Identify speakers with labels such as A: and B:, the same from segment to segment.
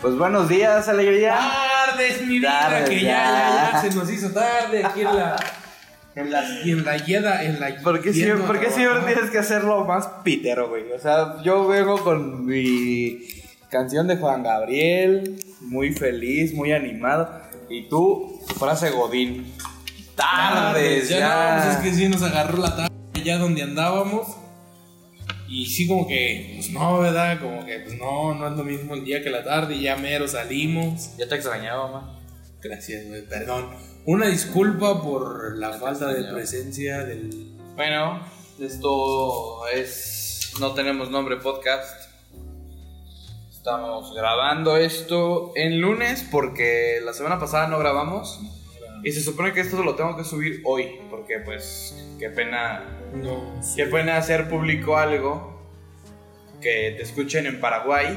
A: Pues buenos días, alegría.
B: Ah. Tardes, mi vida,
A: Tardes,
B: que ya,
A: ya.
B: ya, ya se nos hizo tarde aquí en la. En la, y en la yeda, en la
A: ¿Por qué,
B: yendo
A: siempre,
B: a
A: por qué
B: trabajar.
A: siempre tienes que hacerlo más pitero, güey? O sea, yo vengo con mi canción de Juan Gabriel, muy feliz, muy animado. Y tú, tu frase Godín. Tardes, ya.
B: no, pues es que sí nos agarró la tarde allá donde andábamos. Y sí, como que, pues no, ¿verdad? Como que, pues no, no es lo mismo el día que la tarde. Y ya mero salimos.
A: Ya te extrañaba, mamá.
B: Gracias, güey, perdón. Una disculpa por la falta de
A: extrañaba.
B: presencia del.
A: Bueno, esto es. No tenemos nombre podcast. Estamos grabando esto en lunes porque la semana pasada no grabamos. Y se supone que esto lo tengo que subir hoy, porque pues qué pena,
B: No.
A: qué pena hacer público algo que te escuchen en Paraguay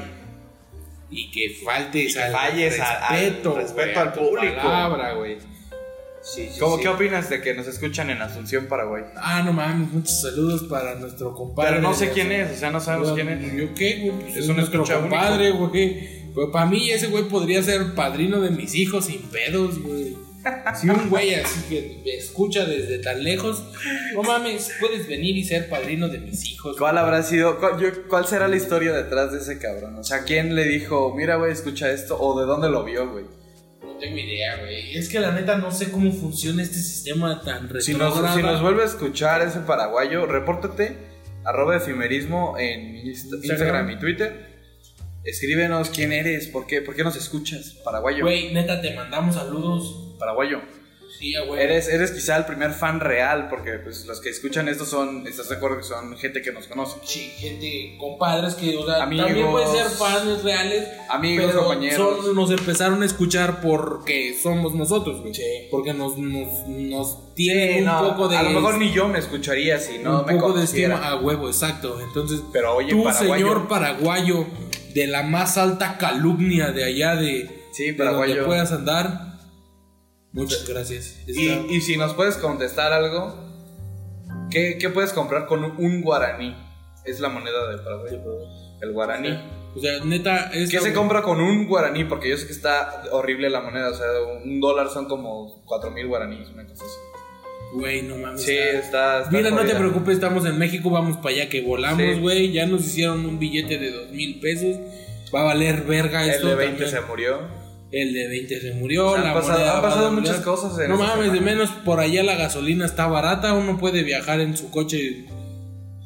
B: Y que faltes,
A: que
B: al,
A: falles al- al
B: respeto, güey,
A: respeto
B: a
A: al
B: tu
A: público.
B: Palabra, güey. Sí, sí,
A: ¿Cómo
B: sí.
A: qué opinas de que nos escuchan en Asunción, Paraguay?
B: Ah, no mames, muchos saludos para nuestro compadre.
A: Pero no sé
B: de-
A: quién es, o sea, no sabemos quién es.
B: Yo qué, güey. pues,
A: Es
B: es
A: un
B: nuestro
A: escucha único.
B: compadre, güey. para mí ese güey podría ser padrino de mis hijos sin pedos, güey. Si un güey así que me escucha desde tan lejos, no mames, puedes venir y ser padrino de mis hijos.
A: ¿Cuál habrá sido, cuál, yo- cuál será la historia detrás de ese cabrón? O sea, ¿quién le dijo, mira, güey, escucha esto? ¿O de dónde lo vio, güey?
B: No tengo idea, güey. Es que la neta no sé cómo funciona este sistema tan
A: Si nos,
B: retrógrado.
A: si nos vuelve a escuchar ese paraguayo, repórtate, arroba efimerismo en Inst-
B: Instagram.
A: Instagram y Twitter. Escríbenos quién eres, por qué, por qué nos escuchas, paraguayo.
B: Güey, neta, te mandamos saludos.
A: Paraguayo.
B: Sí, güey.
A: Eres, eres quizá el primer fan real, porque pues, los que escuchan esto son, estás de acuerdo que son gente que nos conoce.
B: Sí, gente, compadres que, o sea,
A: Amigos.
B: también pueden ser fans reales.
A: Amigos,
B: pero
A: compañeros.
B: son- nos empezaron a escuchar porque somos nosotros, güey. Porque nos, nos, nos tiene
A: Sí,
B: un
A: no,
B: poco de.
A: a lo mejor ni yo me escucharía si no
B: un
A: me
B: poco de
A: conociera.
B: estima a huevo, exacto. Entonces,
A: Pero oye,
B: tú,
A: paraguayo.
B: señor paraguayo, de la más alta calumnia de allá de,
A: Sí,
B: de donde
A: paraguayo.
B: puedas andar, muchas gracias.
A: Y,
B: Está-
A: y si nos puedes contestar algo, ¿qué, qué puedes comprar con un guaraní? Es la moneda de Paraguay.
B: pues.
A: El guaraní.
B: O sea, neta, es
A: ¿Qué se compra con un guaraní? Porque yo sé que está horrible la moneda. O sea, un dólar son como cuatro mil guaraníes, una cosa así.
B: Güey, no mames.
A: Sí,
B: está-
A: está. está
B: Mira, no te
A: jodida.
B: preocupes, estamos en México, vamos para allá que volamos,
A: Sí.
B: güey. Ya nos hicieron un billete de dos mil pesos. Va a valer verga
A: El
B: esto.
A: de 20 se
B: también.
A: murió.
B: El de 20 se murió.
A: O sea,
B: la
A: han pasado-
B: moneda
A: han
B: va a
A: pasado
B: valer-
A: muchas cosas en
B: No
A: esta
B: mames, de
A: semana.
B: menos por allá la gasolina está barata. Uno puede viajar en su coche.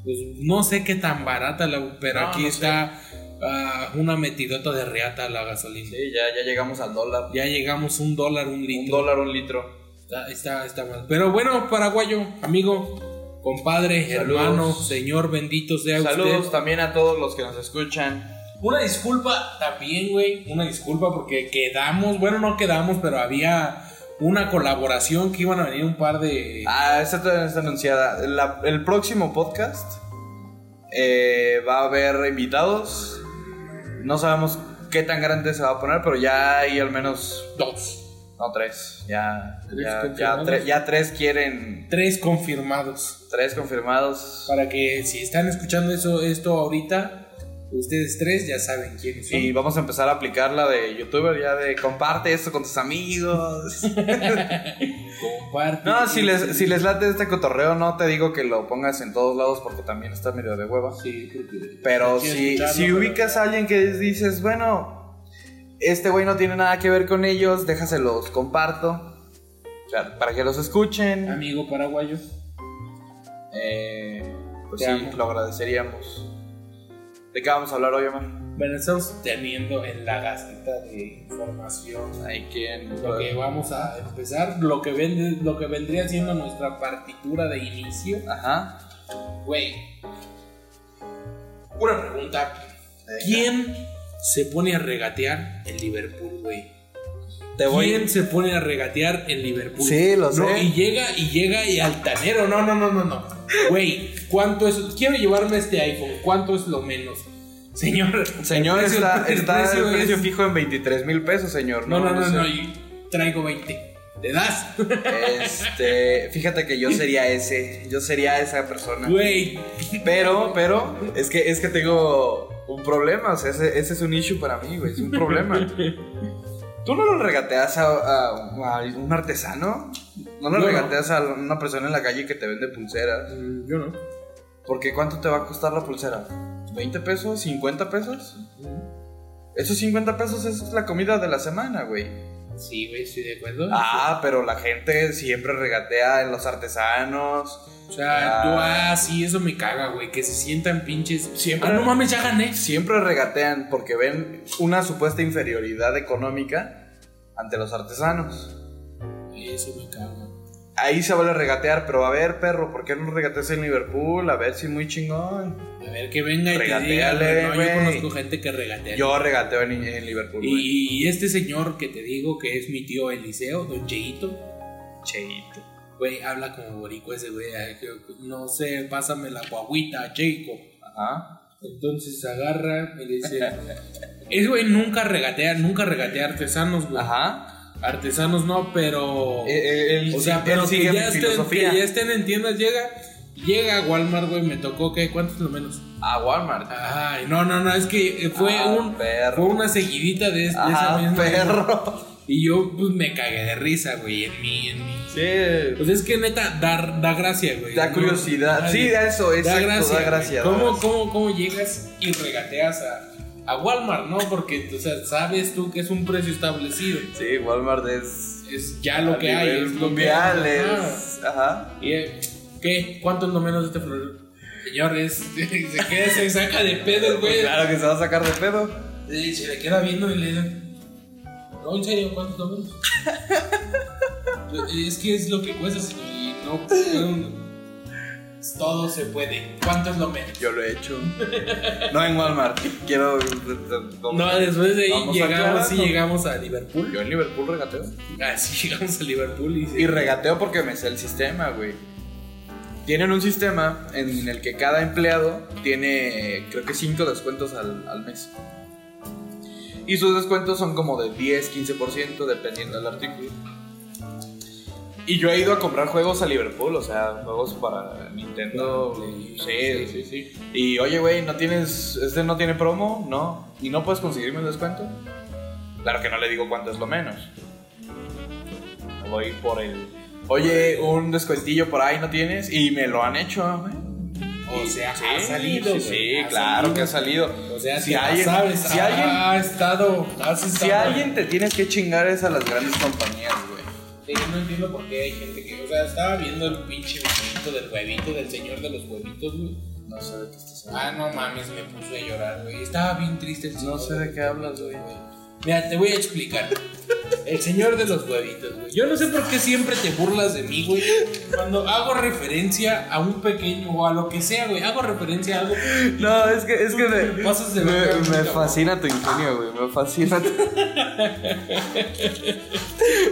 B: Pues no sé qué tan barata, la, pero
A: No,
B: aquí
A: no sé.
B: está ah, una metidota de reata la gasolina.
A: Sí, ya, ya llegamos al dólar.
B: Ya llegamos un dólar, un
A: Un
B: litro.
A: dólar, un litro.
B: Está, está, está mal. Pero bueno, paraguayo, amigo, compadre,
A: Saludos.
B: hermano, señor, bendito sea
A: Saludos
B: usted.
A: también a todos los que nos escuchan.
B: Una disculpa también, güey. Una disculpa porque quedamos, bueno, no quedamos, pero había una colaboración que iban a venir un par de.
A: Ah, esta todavía no está anunciada. La- el próximo podcast eh, va a haber invitados. No sabemos qué tan grande se va a poner, pero ya hay al menos,
B: Dos.
A: no tres, ya,
B: ¿Tres
A: ya, ya,
B: confirmados?
A: tre- ya tres quieren,
B: Tres confirmados.
A: tres confirmados.
B: Para que si están escuchando eso, esto ahorita, ustedes tres ya saben quiénes son.
A: Y vamos a empezar a aplicar la de youtuber, ya de comparte esto con tus amigos.
B: Comparte.
A: No, si les, si les late este cotorreo, no te digo que lo pongas en todos lados porque también está medio de hueva.
B: Sí, porque-
A: Pero
B: Está chido
A: si,
B: escucharlo,
A: si
B: pero-
A: ubicas a alguien que dices, bueno, este güey no tiene nada que ver con ellos, déjaselos, comparto. O sea, para que los escuchen.
B: Amigo paraguayo.
A: eh, pues
B: Te
A: sí,
B: amo.
A: lo agradeceríamos. ¿De qué vamos a hablar hoy, Omar?
B: Bueno, estamos teniendo en la gaceta de información
A: Hay quien.
B: lo que vamos a empezar, lo que, vende, lo que vendría siendo nuestra partitura de inicio.
A: Ajá.
B: Güey, una pregunta. ¿Quién se pone a regatear en Liverpool, güey?
A: Te voy.
B: ¿Quién se pone a regatear en Liverpool?
A: Sí, lo
B: No,
A: sé.
B: y llega, y llega, y altanero. No, no, no, no, no. Güey, ¿cuánto es? Quiero llevarme este iPhone. ¿Cuánto es lo menos? Señor.
A: Señor,
B: el precio-
A: está,
B: el
A: está el
B: precio
A: precio
B: es-
A: fijo en 23 mil pesos, señor.
B: No, no, no,
A: sé.
B: no. y Traigo 20. ¿Le das?
A: Este, fíjate que yo sería ese. Yo sería esa persona.
B: Güey.
A: Pero, pero, es que, es que tengo un problema. O sea, ese, ese es un issue para mí, güey. Es un problema. ¿Tú no lo regateas a, a- a un artesano? ¿No lo
B: No.
A: regateas a una persona en la calle que te vende pulseras?
B: Mm, Yo no.
A: Porque ¿cuánto te va a costar la pulsera? ¿20 pesos? ¿50 pesos? Esos 50 pesos es la comida de la semana, güey.
B: Sí, güey, estoy de acuerdo.
A: Ah, pero la gente siempre regatea en los artesanos.
B: O sea,
A: Ah.
B: tú, ah, sí, eso me caga, güey. Que se sientan pinches.
A: Siempre-
B: Ah, no mames, ya gané.
A: Siempre regatean porque ven una supuesta inferioridad económica ante los artesanos.
B: Eso me caga.
A: Ahí se vale regatear, pero a ver, perro, ¿por qué no regateas en Liverpool? A ver si muy chingón.
B: A ver, que venga y te diga.
A: Regateale,
B: güey, no, yo
A: güey.
B: conozco gente que regatea.
A: Yo regateo en, en Liverpool. güey.
B: Y este señor que te digo que es mi tío Eliseo, don Cheito,
A: Cheito.
B: güey, habla como boricua ese güey. ay, que- No sé, pásame la guaguita, Cheito.
A: Ajá.
B: Entonces agarra y le dice: Ese güey nunca regatea, nunca regatea artesanos, güey.
A: Ajá.
B: Artesanos no, pero.
A: Eh, eh, él,
B: O
A: sí-
B: sea,
A: él
B: pero que
A: sigue mi
B: ya, estén, que
A: filosofía.
B: ya estén en tiendas, llega, llega a Walmart, güey, me tocó, que ¿Cuántos lo menos?
A: A Walmart.
B: Ay, no, no, no, es que eh, fue
A: Ah,
B: un...
A: perro.
B: Fue una seguidita de, es- de esa
A: Ah,
B: misma.
A: perro.
B: Y yo, pues, me cagué de risa, güey, en mí, en mí.
A: Sí.
B: Pues es que, neta, da, da gracia, güey.
A: Da
B: ¿no?
A: curiosidad.
B: Ay,
A: Sí, da eso,
B: da
A: exacto,
B: gracia.
A: da
B: güey.
A: gracia. da
B: ¿Cómo,
A: gracia.
B: cómo, cómo llegas y regateas a, a Walmart, no? Porque, o sea, sabes tú que es un precio establecido.
A: Sí, Walmart es.
B: Es ya lo
A: a
B: que hay.
A: nivel
B: es lo que-
A: mundial,
B: Ajá.
A: es. Ajá.
B: Y, eh, ¿Qué? ¿Cuánto es lo menos de este florero? Señores, se queda, se saca de pedo el
A: Pues
B: güey.
A: Claro que se va a sacar de pedo.
B: Y se le queda viendo y le dice, no, en serio, ¿cuánto es lo menos? es que es lo que cuesta, señor, y no puedo- Todo se puede. ¿Cuánto es lo menos?
A: Yo lo he hecho. No en Walmart. Quiero. eh,
B: No, después de ahí
A: Vamos
B: llegamos, sí,
A: aclarando.
B: llegamos a Liverpool.
A: Yo en Liverpool regateo.
B: Ah, sí, llegamos a Liverpool y, sí.
A: Y regateo porque me sé el sistema, güey. Tienen un sistema en el que cada empleado tiene, creo que 5 descuentos al, al mes. Y sus descuentos son como de 10, 15% dependiendo del artículo. Y yo he ido a comprar juegos a Liverpool, o sea, juegos para Nintendo. Sí, sí,
B: sí.
A: Y oye, güey, ¿no tienes, este no tiene promo? No. ¿Y no puedes conseguirme un descuento? Claro que no le digo cuánto es lo menos. Voy por el... Oye, un descuentillo por ahí no tienes y me lo han hecho, güey.
B: O sea,
A: Sí,
B: ha salido.
A: Sí,
B: güey,
A: sí,
B: ha
A: claro que ha salido.
B: O sea,
A: Si
B: si
A: alguien-
B: alguien, sabes, ah,
A: si
B: ha,
A: alguien-
B: ha estado, has estado.
A: Si a alguien te tienes que chingar es a las grandes compañías, güey.
B: Sí, no entiendo por qué hay gente que, o sea, estaba viendo el pinche huevito del huevito del señor de los huevitos, güey.
A: No sé de qué estás
B: Ah, no mames, me puse a llorar, güey. Estaba bien triste el señor.
A: No sé
B: de
A: de qué hablas, güey.
B: Mira, te voy a explicar. El señor de los huevitos, güey. Yo no sé por qué siempre te burlas de mí, güey. Cuando hago referencia a un pequeño o a lo que sea, güey. Hago referencia a algo.
A: No, es que, es que me,
B: Te pasas de
A: me-
B: verga,
A: me
B: cabrón.
A: fascina tu ingenio, güey. Me fascina tu...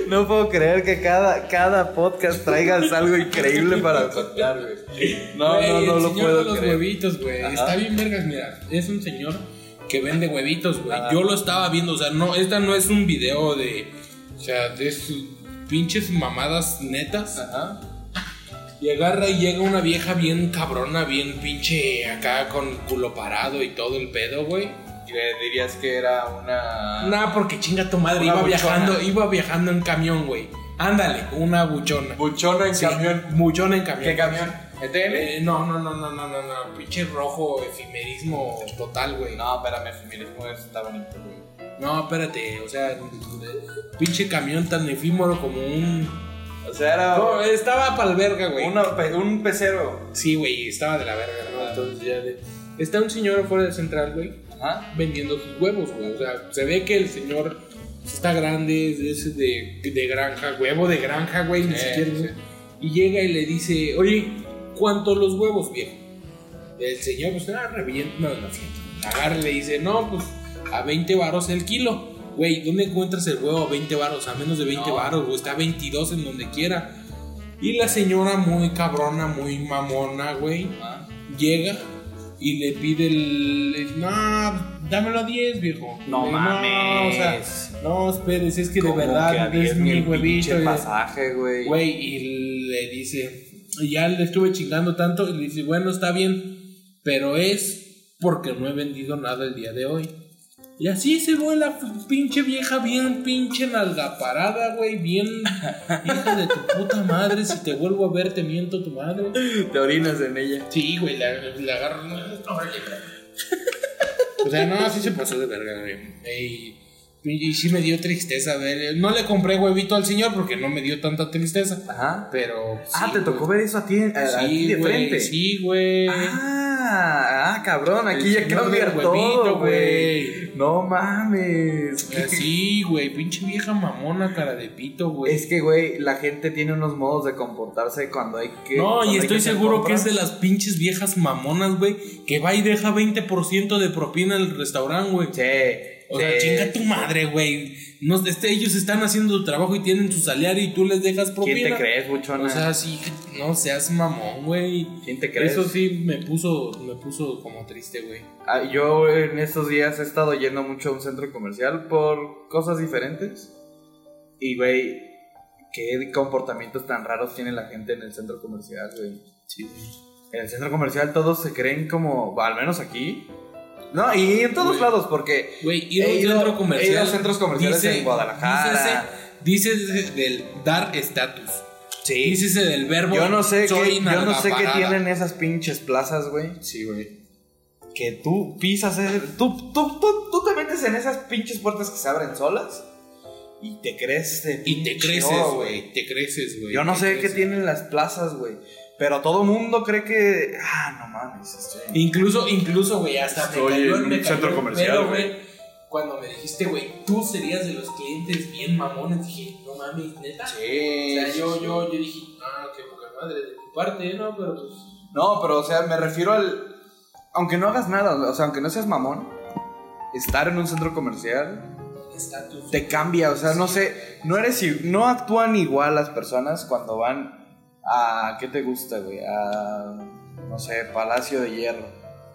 A: No puedo creer que cada, cada podcast traigas algo increíble para contar, güey. No,
B: Güey,
A: no, no
B: el
A: lo
B: señor de
A: puedo
B: los
A: creer.
B: huevitos, güey.
A: Ajá.
B: Está bien vergas, mira. Es un señor que vende huevitos, güey.
A: Ajá.
B: Yo lo estaba viendo, o sea, no, esta no es un video de. O sea, de sus pinches mamadas netas.
A: Ajá.
B: Y agarra y llega una vieja bien cabrona, bien pinche acá con culo parado y todo el pedo, güey.
A: Y le dirías que era una...
B: Nada, porque chinga tu madre,
A: Una
B: iba
A: buchona.
B: viajando, iba viajando en camión, güey. Ándale, una buchona.
A: buchona en
B: Sí,
A: camión.
B: Buchona en camión.
A: ¿Qué camión? ¿E ¿ETN?
B: Eh, no, no, no, no, no, no, no, pinche rojo, efimerismo total, güey. No,
A: No, espérame, feminismo está bonito, güey.
B: espérate, o sea, pinche camión tan efímero como un...
A: O sea, era
B: No, estaba pa'l verga, güey.
A: Ah, una pe- un pecero.
B: Sí, güey, estaba de la verga, ¿no? Entonces ya de... Está un señor afuera del central, güey,
A: Ajá.
B: vendiendo sus huevos, güey. O sea, se ve que el señor está grande, es de, ese de, de granja, huevo de granja, güey, ni
A: Sí,
B: siquiera.
A: sí.
B: Y llega y le dice, oye, ¿cuántos los huevos, viejo? El señor, pues, ah, revienta, no, no, sí. Agarra y le dice, no, pues, a 20 varos el kilo. Güey, ¿dónde encuentras el huevo a 20 varos? A menos de 20
A: No.
B: varos, güey, está a 22 en donde quiera. Y la señora muy cabrona, muy mamona, güey
A: Ajá.
B: llega y le pide el. el- No, dámelo a 10, viejo.
A: No
B: Le-
A: mames.
B: no, espérese, es que de
A: Como que
B: verdad
A: había
B: es
A: en
B: mi
A: el
B: huevito.
A: pinche
B: y-
A: pasaje, güey.
B: Güey, y le dice. y Ya le estuve chingando tanto y le dice, bueno, está bien, pero es porque no he vendido nada el día de hoy. Y así se vuela pinche vieja, bien pinche nalgaparada, güey, bien hija de tu puta madre, si te vuelvo a ver te miento tu madre.
A: Te orinas en ella.
B: Sí, güey, la, la agarro. órale, güey. O sea, no, sí se pasó de verga, güey. Ey, Y, sí me dio tristeza ver. No le compré huevito al señor porque no me dio tanta tristeza.
A: Ajá.
B: Pero.
A: ah,
B: sí,
A: te
B: güey.
A: tocó ver eso a ti, a- a ti
B: Sí,
A: de
B: güey,
A: frente.
B: Sí, güey.
A: Ah, ah, cabrón, aquí
B: El
A: ya
B: señor
A: cambia
B: del
A: todo,
B: huevito,
A: güey. No mames.
B: Eh, Sí, güey, pinche vieja mamona, cara de pito, güey.
A: Es que, güey, la gente tiene unos modos de comportarse cuando hay que.
B: No,
A: cuando
B: y
A: hay
B: estoy
A: hacer
B: seguro que
A: compras.
B: es de las pinches viejas mamonas, güey, que va y deja 20% de propina al restaurante, güey.
A: Che,
B: O
A: che,
B: sea, chinga tu madre, güey. No, este, ellos están haciendo su trabajo y tienen su salario y tú les dejas propina.
A: ¿Quién te crees, buchona?
B: O sea, sí, no seas mamón, güey.
A: ¿Quién te crees?
B: Eso sí me puso, me puso como triste, güey.
A: Ah, yo en estos días he estado yendo mucho a un centro comercial por cosas diferentes. Y, güey, qué comportamientos tan raros tiene la gente en el centro comercial, güey.
B: Sí,
A: En el centro comercial todos se creen como, bueno, al menos aquí. No, y en todos
B: Güey.
A: lados, porque
B: güey. ir a
A: He
B: un
A: ido-
B: centro
A: he ido
B: comercial.
A: a centros comerciales en Guadalajara.
B: Dícese, dícese del dar estatus.
A: sí,
B: Dícese del verbo.
A: yo no sé
B: soy
A: qué, yo no sé qué
B: nalgaparada.
A: tienen esas pinches plazas, güey.
B: Sí, güey.
A: Que tú pisas, ese- tú, tú, tú, tú te metes en esas pinches puertas que se abren solas y te crees de
B: Y te
A: pinche
B: creces,
A: oro,
B: güey. Te creces, güey.
A: Yo no
B: te
A: sé qué
B: creces.
A: tienen las plazas, güey. Pero todo mundo cree que. Ah, no mames. estoy-
B: Incluso, incluso, güey, hasta me
A: Estoy
B: cayó,
A: en un
B: me cayó
A: centro
B: el
A: comercial,
B: pelo,
A: güey.
B: Cuando me dijiste, güey, tú serías de los clientes bien mamones, dije, no mames, neta. O
A: Sí.
B: sea, yo, yo, yo dije, ah, qué poca madre de tu parte, ¿no? Pero pues.
A: No, pero o sea, me refiero al. Aunque no hagas nada, o sea, aunque no seas mamón, estar en un centro comercial
B: Estatus.
A: te cambia, o sea, no sé, no eres. i- No actúan igual las personas cuando van a. ¿Qué te gusta, güey? A. No sé, Palacio de Hierro,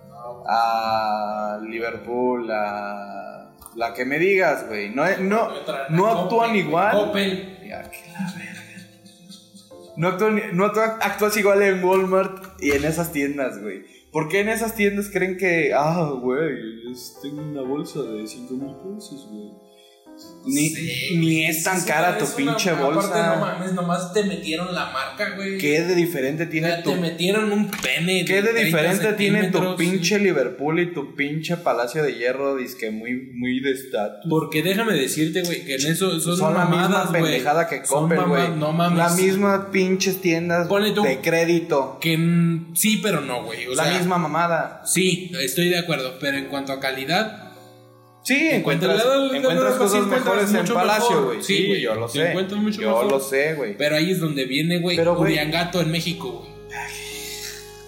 B: No,
A: a Liverpool, a. La que me digas, güey. No, es- no, no actúan igual.
B: Opel.
A: Ya, que la verga. No, actúan- no actúa- actúas igual en Walmart y en esas tiendas, güey. ¿Por qué en esas tiendas creen que, ah, güey, es- tengo una bolsa de 5 mil pesos, güey? Ni,
B: Sí,
A: ni
B: güey,
A: es tan
B: una-
A: cara tu
B: es una-
A: pinche
B: aparte,
A: bolsa.
B: no mames, nomás te metieron la marca, güey.
A: ¿Qué de diferente tiene
B: Ya
A: tu...
B: Te metieron un pene.
A: ¿Qué de
B: 30
A: diferente tiene tu
B: centímetros,
A: pinche Liverpool y tu pinche Palacio de Hierro? Disque muy, muy de estatus.
B: Porque déjame decirte, güey, que en eso son,
A: Son la
B: mamadas,
A: misma
B: güey.
A: pendejada que
B: Son
A: Coppel,
B: mama-
A: güey.
B: No mames.
A: La misma pinches tiendas
B: Ponle tú.
A: de crédito.
B: Que mm, sí, pero no, güey. O
A: la
B: sea,
A: misma mamada.
B: Sí, estoy de acuerdo. Pero en cuanto a calidad,
A: Sí, encuentras,
B: cuanto al lado,
A: encuentras
B: encuentras
A: cosas
B: encuentras
A: mejores en
B: mucho
A: Palacio,
B: mejor.
A: güey.
B: Sí,
A: Sí,
B: güey,
A: yo lo
B: te
A: sé.
B: encuentras mucho
A: Yo
B: mejor.
A: lo sé, güey.
B: pero ahí es donde viene, güey,
A: Pero, güey.
B: Uriangato en México, güey.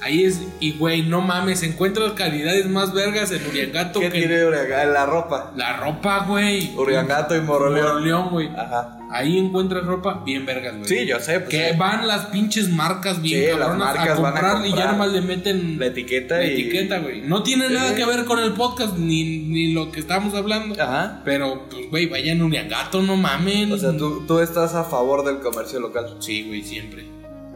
B: Ahí es, y güey, no mames, encuentras calidades más vergas en Uriangato
A: ¿Qué
B: que
A: tiene Uriaga- La ropa.
B: la ropa, güey.
A: Uriangato y Moroleón.
B: Moroleón, güey.
A: Ajá.
B: Ahí encuentras ropa bien vergas, güey.
A: Sí, yo sé. Pues,
B: Que
A: eh,
B: van las pinches marcas bien
A: Sí, las
B: cabronas
A: marcas
B: a,
A: van a
B: comprar y ya
A: comprar.
B: nomás le meten
A: La etiqueta
B: la
A: y...
B: etiqueta, güey. No tiene
A: Sí.
B: nada que ver con el podcast ni, ni lo que estamos hablando.
A: Ajá.
B: Pero, pues, güey, vayan a Uriangato, no mamen.
A: Ah. O sea, tú, tú estás a favor del comercio local.
B: Sí, güey, siempre.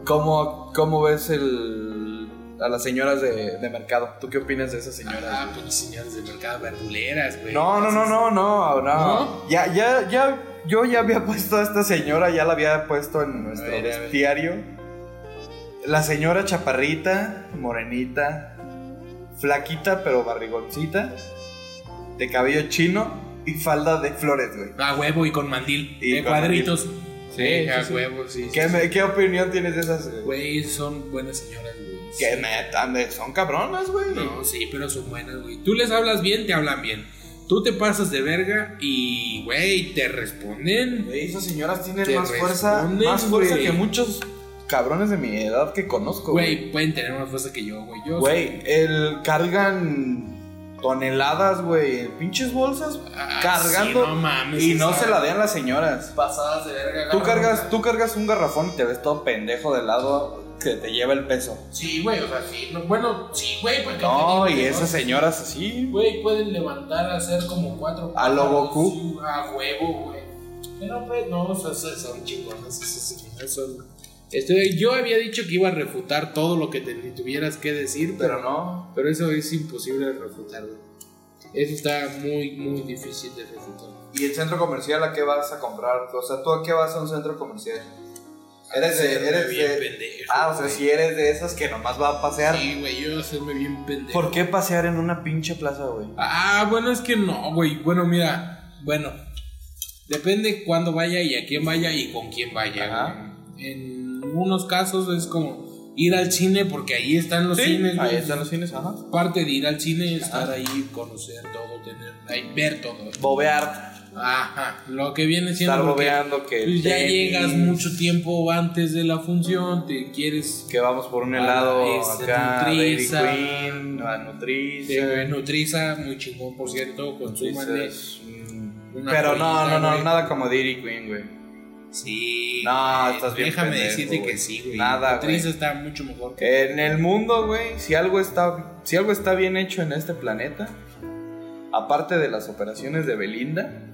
A: ¿Cómo, cómo ves el, a las señoras de, de mercado? ¿Tú qué opinas de esas señoras?
B: Ah,
A: güey?
B: pues señores de mercado, verduleras, güey.
A: No, no, no, no, no, no.
B: ¿No?
A: Ya, ya, ya, yo ya había puesto a esta señora, ya la había puesto en nuestro
B: ver, a ver.
A: bestiario. La señora chaparrita, morenita, flaquita pero barrigoncita, de cabello chino y falda de flores, güey.
B: A huevo y con mandil.
A: Y
B: de
A: con
B: cuadritos. Eh,
A: Sí, sí,
B: a
A: sí.
B: huevo, sí. sí,
A: ¿Qué,
B: sí.
A: me- qué opinión tienes de esas? güey?
B: Güey, son buenas señoras, güey.
A: Que neta, me- son cabronas, güey.
B: No, sí, pero son buenas, güey. Tú les hablas bien, te hablan bien. Tú te pasas de verga y, güey, te responden.
A: Güey, esas señoras tienen
B: Te
A: más fuerza,
B: responden,
A: más fuerza
B: güey.
A: que muchos cabrones de mi edad que conozco,
B: Güey, pueden tener más fuerza que yo, güey. Yo
A: Güey, el cargan toneladas, güey, en pinches bolsas
B: Ah,
A: cargando
B: sí, no mames,
A: y no
B: esa-
A: se la den las señoras.
B: pasadas de verga.
A: Tú
B: agarran-
A: cargas, tú cargas un garrafón y te ves todo pendejo de lado que te lleva el peso.
B: Sí, güey, o sea, sí. no, bueno, sí, güey, porque.
A: No,
B: te
A: y
B: digo que
A: esas señoras así.
B: Güey, pueden levantar a hacer como cuatro.
A: A lo
B: patas,
A: Goku.
B: sí, A huevo, güey. Pero pues no, o sea, son- son chingonas. esas señoras, Son Estoy, yo había dicho que iba a refutar todo lo que te- tuvieras que decir, pero,
A: Pero no.
B: pero eso es imposible de refutar. güey. Eso está muy, muy difícil de refutar.
A: ¿Y el centro comercial a qué vas a comprar? O sea, ¿tú a qué vas a un centro comercial? Eres de.
B: Hacerme
A: Eres
B: bien
A: de
B: pendejo.
A: ah, o sea,
B: güey.
A: si eres de esas que nomás va a pasear.
B: Sí, güey, yo hacerme bien pendejo.
A: ¿Por qué pasear en una pinche plaza, güey?
B: Ah, bueno, es que no, güey. Bueno, mira, bueno. Depende cuándo vaya y a quién vaya y con quién vaya.
A: Ajá.
B: güey. En unos casos es como ir al cine porque ahí están los cines. güey.
A: ahí están los cines, ajá.
B: Parte de ir al cine es estar ahí, conocer todo, tener, ahí, ver todo.
A: Bobear,
B: Ajá, lo que viene siendo
A: estar
B: porque,
A: bobeando que.
B: pues, ya
A: tenis,
B: llegas mucho tiempo antes de la función, te quieres
A: Que vamos por un
B: Ah,
A: helado
B: este,
A: acá, Dairy
B: Nutriza.
A: Queen,
B: ah,
A: a Nutriza.
B: te nutriza, muy chingón por cierto, consúmanle.
A: Dices, mm,
B: Una
A: Pero no,
B: joyita,
A: no, no,
B: güey.
A: nada como Diddy Queen, güey.
B: Sí.
A: No,
B: güey,
A: estás bien
B: Déjame
A: pendejo,
B: decirte
A: güey.
B: que sí, güey.
A: Nada,
B: Nutriza
A: güey.
B: está mucho mejor que
A: En el mundo, güey, si algo está si algo está bien hecho en este planeta, aparte de las operaciones de Belinda,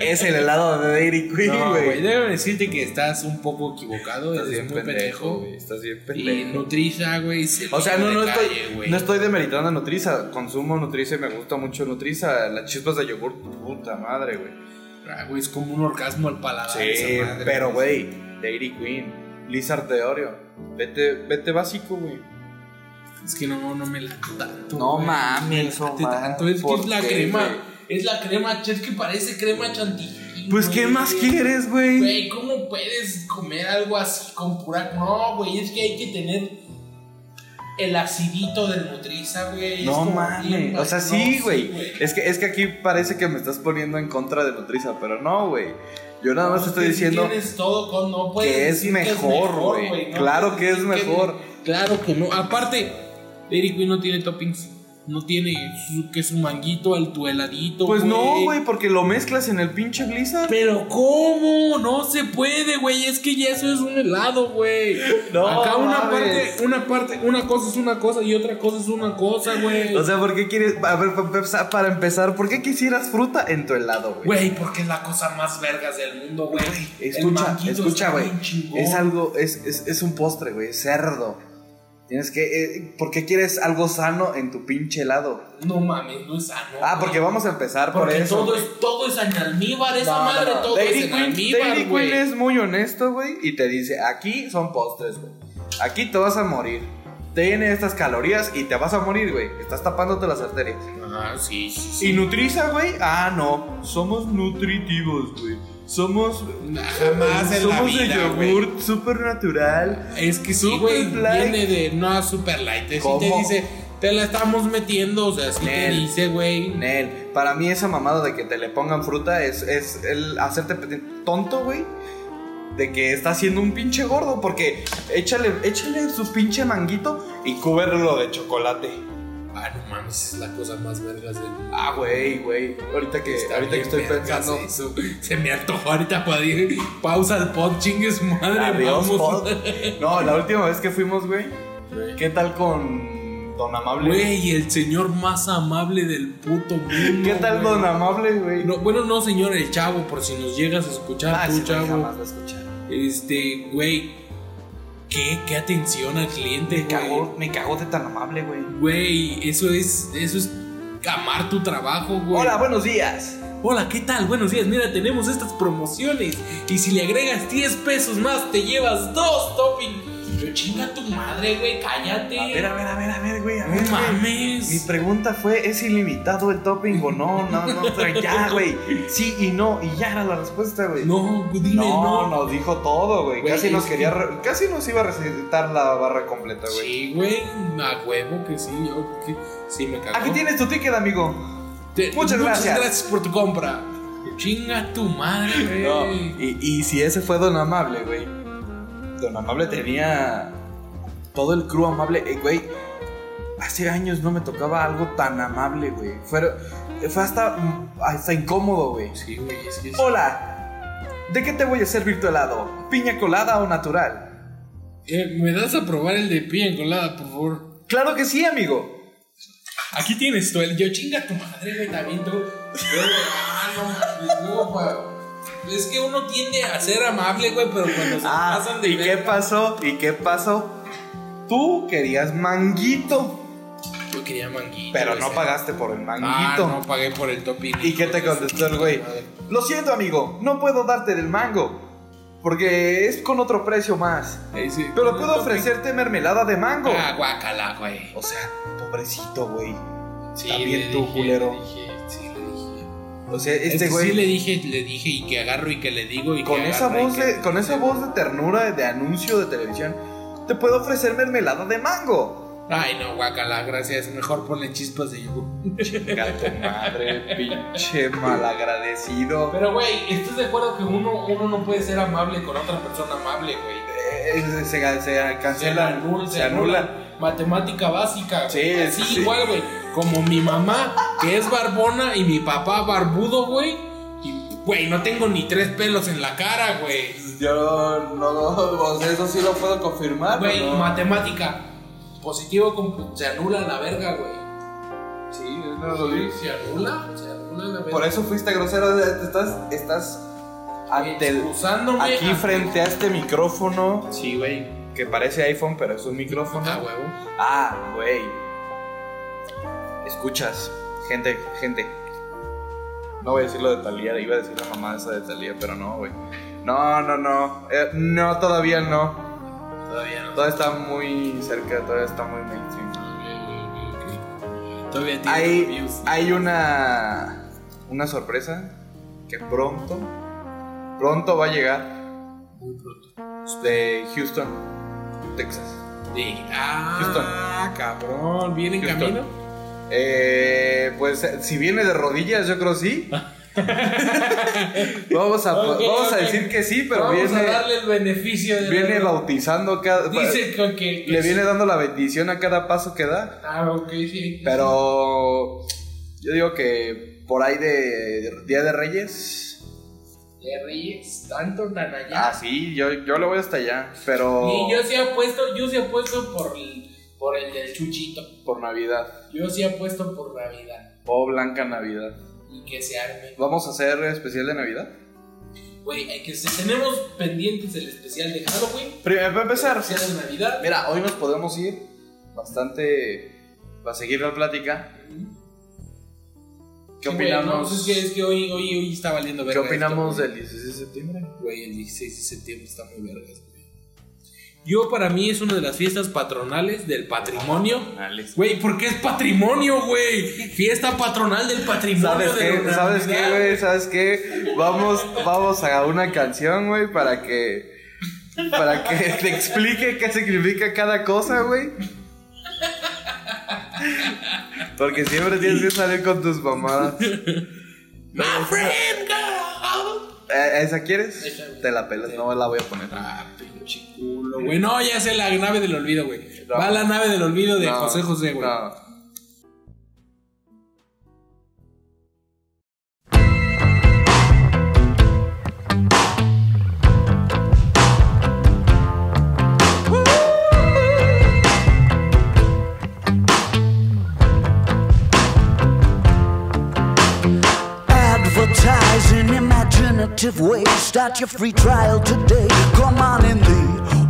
A: es el helado de Dairy Queen,
B: No, güey,
A: güey.
B: déjame decirte que estás un poco equivocado,
A: estás bien
B: eres muy
A: pendejo,
B: pendejo.
A: güey. Estás bien
B: Y
A: pendejo.
B: Nutriza, güey, se
A: O sea,
B: libre
A: no, no
B: de
A: estoy,
B: calle, güey.
A: no estoy demeritando a Nutriza. Consumo Nutriza y me gusta mucho Nutriza. Las chispas de yogur, puta madre, güey.
B: Ah, güey, es como un orgasmo al paladar.
A: Sí,
B: esa madre,
A: pero Ah, güey, Dairy Queen, Lizard de Oreo, vete, vete básico, güey.
B: Es que no, no me late tanto.
A: No
B: güey.
A: mames,
B: No me late
A: Omar,
B: tanto. Es que
A: ¿por
B: es la
A: qué,
B: crema.
A: güey?
B: Es la crema, es que parece crema chantilly.
A: Pues
B: güey.
A: qué más quieres, güey.
B: Güey, ¿cómo puedes comer algo así con pura.? No, güey, es que hay que tener el acidito del Nutriza, güey. es
A: No
B: como bien
A: mames, o sea,
B: mal-
A: sí,
B: no,
A: güey. es que es que aquí parece que me estás poniendo en contra de Nutriza, pero no, güey. Yo nada más te
B: No, es
A: estoy
B: que
A: diciendo
B: tienes todo con- no puedes
A: que es
B: decir
A: mejor, güey.
B: no
A: Claro
B: puedes
A: que es
B: decir
A: mejor.
B: claro que no. Aparte, Dairy Queen no tiene toppings. No tiene su- que su manguito, el tu heladito.
A: Pues no, güey, porque lo mezclas en el pinche Blizzard.
B: Pero ¿cómo? No se puede, güey. Es que ya eso es un helado, güey.
A: No
B: Acá una
A: mames.
B: parte, una parte, una cosa es una cosa y otra cosa es una cosa, güey.
A: O sea, ¿por qué quieres a ver pa- pa- para empezar, por qué quisieras fruta en tu helado, güey?
B: Güey, porque es la cosa más vergas del mundo, güey. El
A: Escucha,
B: manguito
A: escucha,
B: está
A: güey.
B: bien chingón.
A: Es algo, es, es, es un postre, güey. Es cerdo. Tienes que. eh, ¿Por qué quieres algo sano en tu pinche helado?
B: No mames, no es sano.
A: Ah,
B: güey.
A: porque vamos a empezar por
B: Porque
A: eso.
B: todo
A: güey.
B: es, todo es en almíbar, esa
A: No, no,
B: madre,
A: no.
B: todo
A: Dairy
B: es en
A: Queen, Dairy
B: almíbar,
A: Queen
B: güey.
A: es muy honesto, güey. Y te dice: aquí son postres, güey. Aquí te vas a morir. Tiene estas calorías y te vas a morir, güey. Estás tapándote las arterias.
B: Ah, sí, sí, sí.
A: ¿Y Nutriza, güey? Ah, no. Somos nutritivos, güey. Somos.
B: Jamás en la
A: somos de
B: vida, güey.
A: yogur super natural.
B: Es que sí,
A: Super
B: güey,
A: light.
B: viene de no super light. Así te
A: ¿Cómo?
B: dice, te la estamos metiendo, o sea, sí te
A: Nel.
B: dice, güey.
A: Nel, para mí esa mamada de que te le pongan fruta es, es el hacerte pe- tonto, güey. De que está siendo un pinche gordo, porque échale, échale su pinche manguito y cúberlo de chocolate.
B: Ah, no mames, es la cosa más vergas del mundo.
A: Ah, güey, güey. Ahorita que,
B: Está
A: Eh, ahorita que
B: bien
A: estoy
B: vergas
A: pensando.
B: eso. Se me antojó ahorita para ir. Pausa al pod, chingues madre.
A: Adiós,
B: vamos.
A: pod. No, la última vez que fuimos, güey. ¿Qué tal con Don Amable?
B: Güey, el señor más amable del puto mundo.
A: ¿Qué tal
B: güey.
A: Don Amable, güey?
B: No, bueno, no, señor, el chavo, por si nos llegas a escuchar,
A: ah,
B: tú,
A: ese güey
B: chavo.
A: jamás lo escuché.
B: Este, güey, ¿qué, qué atención al cliente,
A: Me
B: güey.
A: cagó, me cagó de tan amable, güey.
B: Güey, eso es, eso es amar tu trabajo, güey.
A: Hola, buenos días.
B: Hola, ¿qué tal? Buenos días, mira, tenemos estas promociones. Y si le agregas 10 pesos más, te llevas dos toppings. Yo chinga tu madre, güey, cállate.
A: A ver, a ver, a ver, a ver, güey. a ver,
B: no
A: güey. Mi
B: mames.
A: pregunta fue, ¿es ilimitado el topping o no? No, no, o sea, ya, güey. Sí y no, y ya era la respuesta, güey.
B: No, güey, dime,
A: no,
B: no.
A: nos dijo todo, güey.
B: Güey,
A: Casi nos
B: es
A: quería,
B: que-
A: re- casi nos iba a recetar la barra completa, güey.
B: Sí, güey, a huevo que sí. yo- que- sí, me cagó.
A: Aquí tienes tu ticket, amigo.
B: Te-
A: Muchas gracias.
B: por tu compra. Chinga tu madre, güey.
A: y, y si ese fue Don Amable, güey. Don Amable tenía todo el crew amable, Eh, güey. Hace años no me tocaba algo tan amable, güey. Fue, fue hasta, mm, hasta incómodo, güey.
B: Sí, güey, es que sí.
A: Hola, ¿de qué te voy a servir tu helado? ¿Piña colada o natural?
B: Eh, ¿Me das a probar el de piña colada, por favor?
A: Claro que sí, amigo.
B: Aquí tienes tú el yo, chinga tu madre, güey, también tú. Luego, ah, no, mames, luego, pa- es que uno tiende a ser amable, güey, pero cuando se
A: Ah,
B: pasan de
A: ¿y qué
B: verga-
A: pasó? ¿Y qué pasó? Tú querías manguito,
B: Yo quería manguito.
A: pero no
B: ese.
A: pagaste por el
B: Ah,
A: manguito.
B: no pagué por el pues, topino.
A: ¿Y qué te contestó el güey? Lo siento, amigo, no puedo darte del mango. Porque es con otro precio más.
B: Ahí sí.
A: Pero puedo ofrecerte mermelada de mango.
B: Ah, guácala, güey.
A: O sea, pobrecito, güey.
B: Sí,
A: También
B: le
A: tú,
B: dije,
A: culero.
B: le dije, sí, le dije.
A: O sea,
B: Es
A: este
B: que
A: güey.
B: Sí, le dije, le dije, y que agarro y que le digo. Y
A: con
B: que
A: esa
B: agarra y
A: voz
B: que-
A: de, con esa voz de ternura de anuncio de televisión, te puedo ofrecer mermelada de mango.
B: Ay, no, guácala, gracias. Mejor ponle chispas de yogur.
A: Gato madre, pinche malagradecido.
B: Pero, güey, ¿estás de acuerdo que uno, uno no puede ser amable con otra persona amable, güey?
A: Eh, se, se- se cancela, se anula.
B: Matemática básica. güey.
A: Sí,
B: Así
A: sí.
B: igual, güey. Como mi mamá, que es barbona, y mi papá barbudo, güey. Y, güey, no tengo ni tres pelos en la cara, güey.
A: Yo no, o sea, eso sí lo puedo confirmar.
B: Güey,
A: Ah, ¿no?
B: matemática. Positivo con- se anula la verga, güey.
A: Sí, es lo que-
B: Se anula, se anula la verga.
A: Por eso fuiste grosero, o sea, te estás, estás ante el-
B: Excusándome
A: aquí
B: a-
A: frente a este micrófono
B: Sí, güey.
A: que parece iPhone, pero es un micrófono.
B: Ah, huevo.
A: Ah, güey. Escuchas, gente, gente. No voy a decir lo de Talía, iba a decir la mamá esa de Talía, pero no, güey. No, no, no. Eh, no, todavía no.
B: Todavía no.
A: Todavía está muy cerca, todavía está muy mainstream.
B: Todavía tiene
A: Hay,
B: views.
A: hay una, una sorpresa que pronto, pronto va a llegar
B: Muy pronto.
A: de Houston, Texas.
B: Sí. Ah, cabrón. ¿Viene en
A: Houston.
B: camino?
A: Eh, pues eh, si viene de rodillas, yo creo sí. vamos a,
B: Ok,
A: vamos a
B: ok.
A: decir que sí, pero
B: Vamos
A: viene,
B: a darle el beneficio de
A: viene
B: la duda.
A: bautizando cada. pues,
B: Dice que, que-
A: le viene dando la bendición a cada paso que da.
B: Ah, ok, sí.
A: Pero yo digo que por ahí de, de Día de Reyes.
B: Te ríes tanto, tan allá.
A: Ah, sí, yo, yo le voy hasta allá. Pero
B: Y yo sí apuesto, yo sí apuesto por el, por el del chuchito.
A: por Navidad.
B: Yo sí apuesto por Navidad.
A: Oh, Blanca Navidad.
B: Y que se arme.
A: ¿Vamos a hacer especial de Navidad?
B: Güey, hay que se- tenemos pendientes el especial de Halloween.
A: Primero, para empezar,
B: Especial de Navidad.
A: Mira, hoy nos podemos ir bastante para seguir la plática. ¿Qué
B: Sí, güey, no,
A: opinamos?
B: pues es que, es que hoy, hoy, hoy está valiendo
A: ¿Qué
B: verga.
A: opinamos
B: esto,
A: del 16 de septiembre?
B: güey. Güey, el 16 de septiembre está muy vergas, güey. Yo, para mí, es una de las fiestas patronales del patrimonio. Güey, ¿por qué es patrimonio, güey? Fiesta patronal del patrimonio.
A: ¿Sabes
B: de
A: qué?
B: la
A: ¿Sabes
B: humanidad.
A: qué, güey? ¿Sabes qué? Vamos, vamos a una canción, güey, para que para que te explique qué significa cada cosa, güey. Porque siempre tienes que salir con tus mamadas.
B: My friend, go.
A: ¿Eh, ¿Esa quieres?
B: Esa, güey.
A: Te la pelas, no la voy a poner.
B: Ah, pinche culo, güey. No, ya sé la nave del olvido, güey.
A: No.
B: Va la nave del olvido de
A: No,
B: José José, güey.
A: no.
C: Advertising imaginative ways. Start your free trial today. Come on in the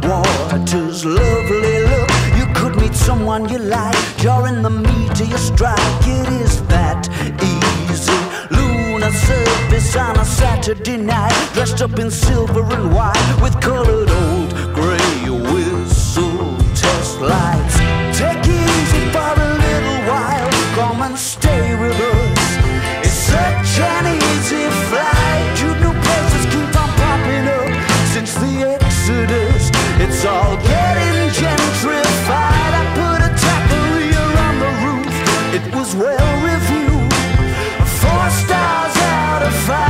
C: waters, lovely look. You could meet someone you like. You're in the meat of your strike. It is that easy. Lunar surface on a Saturday night. Dressed up in silver and white with colored old grey whistle test lights. Take it easy for a little while. Come and stay with us. It's such an easy flight. You new places keep on popping up since the Exodus. It's all getting gentrified. I put a taqueria on the roof. It was well reviewed. Four stars out of five,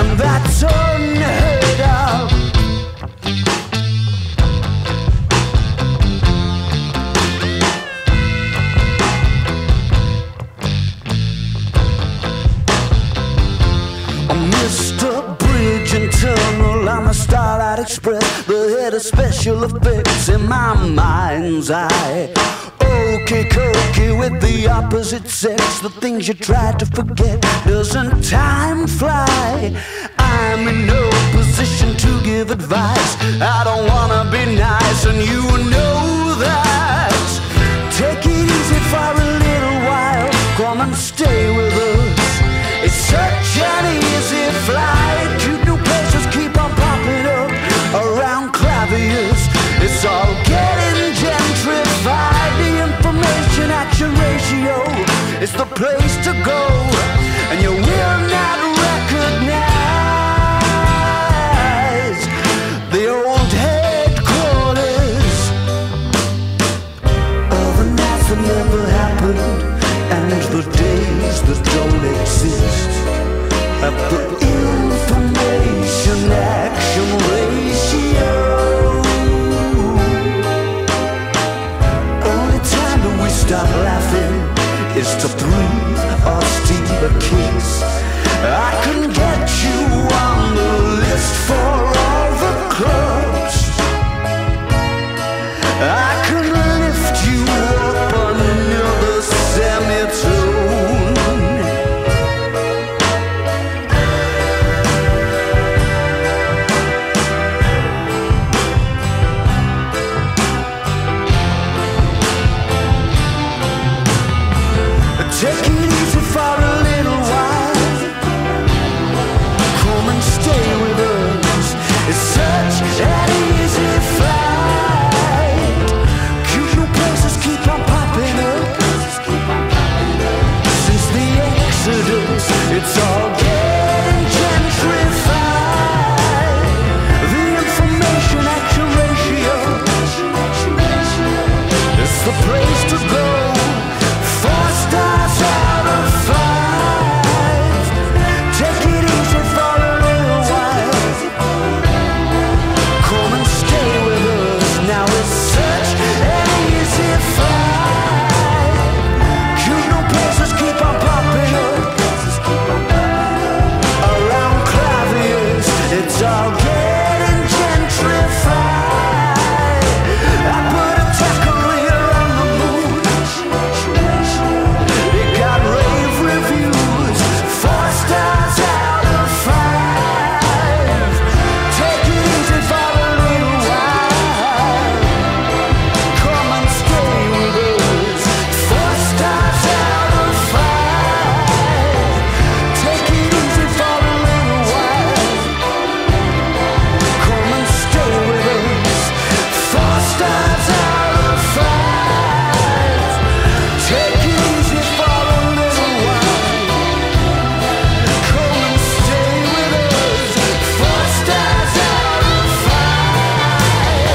C: and that's unheard of. Mr. Bridge and Tunnel, I'm a Starlight Express, the head of special effects in my mind's eye. Hokey cokey with the opposite sex, the things you try to forget. Doesn't time fly? I'm in no position to give advice. I don't wanna be nice, and you know that. Take it easy for a little while. Come and stay with us. It's such an easy flight. You new places keep on popping up around Clavius. It's all getting gentrified. The information at your ratio is the place to go, and you will not recognize the old headquarters of a night that never happened, and the days that don't exist. At the information action ratio. Only time that we stop laughing is to breathe or steal a kiss. I can get you on the list for all the clubs. I could lift you up another semitone. Take it easy for a little while. Come and stay with us. It's such an easy flight. Cute new places keep on popping up. Since the Exodus, it's all getting gentrified. The information action ratio is the place to go. Four stars out of five. Take it easy for a little while. Come and stay with us now. It's such an easy flight. Cute new places keep on popping up. Around Clavius, it's all getting gentrified. I put a tackle here on the moon. It got rave reviews, four stars out of five. Take it easy for a little while. Come and stay with us. Four stars out of five. Take it easy for a little while. Come and stay with us. Four stars out of five. Take it easy for a little while. Come and stay with us. Four stars out of five.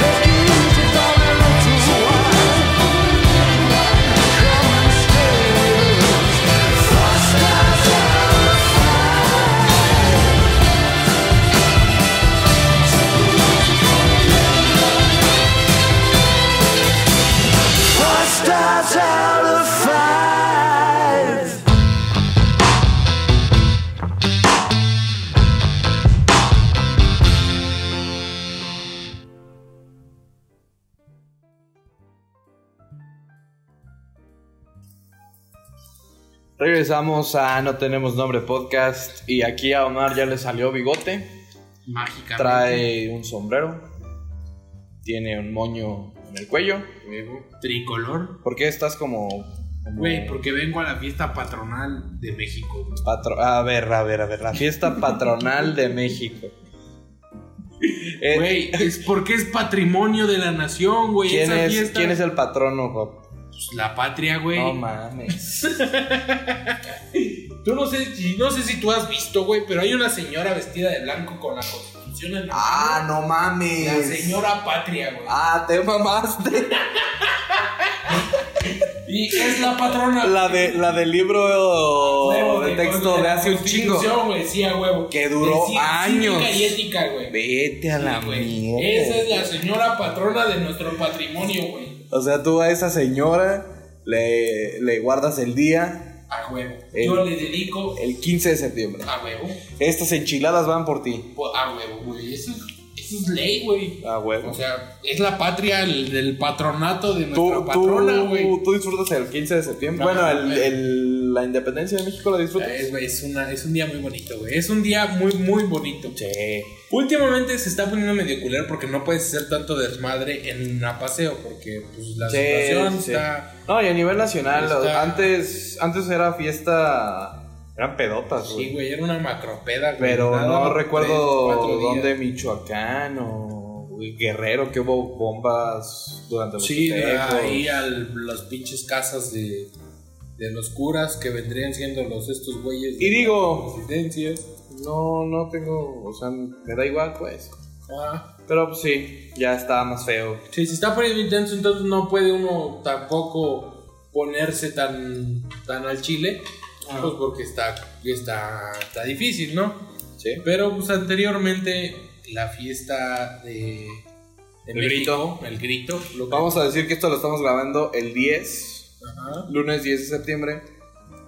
C: Take it easy for a little while. Come and stay with us. Four stars out of Four stars out of five.
A: Regresamos a No Tenemos Nombre Podcast y aquí a Omar ya le salió bigote,
B: Mágica.
A: trae un sombrero, tiene un moño en el cuello.
B: Tricolor.
A: ¿Por qué estás como... como
B: Güey, porque vengo a la fiesta patronal de México. güey.
A: patro- a ver, a ver, a ver, la fiesta patronal de México. Eh,
B: Güey, es porque es patrimonio de la nación, güey.
A: ¿quién,
B: Esa
A: es,
B: fiesta-
A: ¿Quién es el patrono, Job?
B: Pues la patria, güey.
A: No mames.
B: Tú no sé, si- no sé si tú has visto, güey, pero hay una señora vestida de blanco con la constitución en la
A: Ah, no mames.
B: La señora patria, güey.
A: Ah, te mamaste.
B: Y es la patrona.
A: La, de, la del libro
B: Huevo,
A: de
B: güey,
A: texto
B: con
A: de
B: la
A: hace un chingo.
B: constitución, güey, sí, a huevo.
A: Que duró
B: De cien-
A: años.
B: cívica y ética, güey.
A: Vete a la
B: Güey,
A: mierda.
B: Esa es la señora patrona de nuestro patrimonio, güey.
A: O sea, tú a esa señora le, le guardas el día
B: A huevo.
A: El-
B: Yo le dedico
A: el 15 de septiembre.
B: a huevo.
A: Estas enchiladas van por ti.
B: po- A huevo, güey. Eso es Eso es ley, güey.
A: Ah, huevo.
B: O sea, es la patria el- del patronato de nuestra
A: Tú,
B: patrona,
A: tú-
B: güey.
A: tú disfrutas el 15 de septiembre.
B: No,
A: bueno, el-
B: güey.
A: el- la independencia de México la
B: O sea,
A: disfrutas.
B: Es, es una- es un día muy bonito, güey. Es un día muy, muy bonito.
A: Sí.
B: Últimamente se está poniendo medio culero porque no puedes hacer tanto desmadre en un paseo porque pues, la situación
A: sí.
B: está...
A: No, y a nivel nacional,
B: está-
A: antes, antes era fiesta. Eran pedotas, güey.
B: Sí, güey, era una macropeda, güey.
A: Pero
B: Nada,
A: no
B: tres, cuatro
A: recuerdo
B: días.
A: dónde, Michoacán o Guerrero, que hubo bombas durante los
B: Sí, de
A: festejos.
B: ahí a los pinches casas de, de los curas que vendrían siendo los estos güeyes.
A: Y
B: de
A: digo-
B: las Residencias.
A: No, no tengo, o sea, me da igual, pues.
B: Ah,
A: Pero pues, sí, ya estaba más feo.
B: sí, se está poniendo intenso, entonces no puede uno tampoco ponerse tan, tan al chile.
A: Ah.
B: Pues porque está, está, está difícil, ¿no?
A: Sí.
B: Pero pues anteriormente la fiesta de... de
A: El
B: México, El grito. Lo que-
A: Vamos a decir que esto lo estamos grabando el 10,
B: Ajá.
A: lunes 10 de septiembre.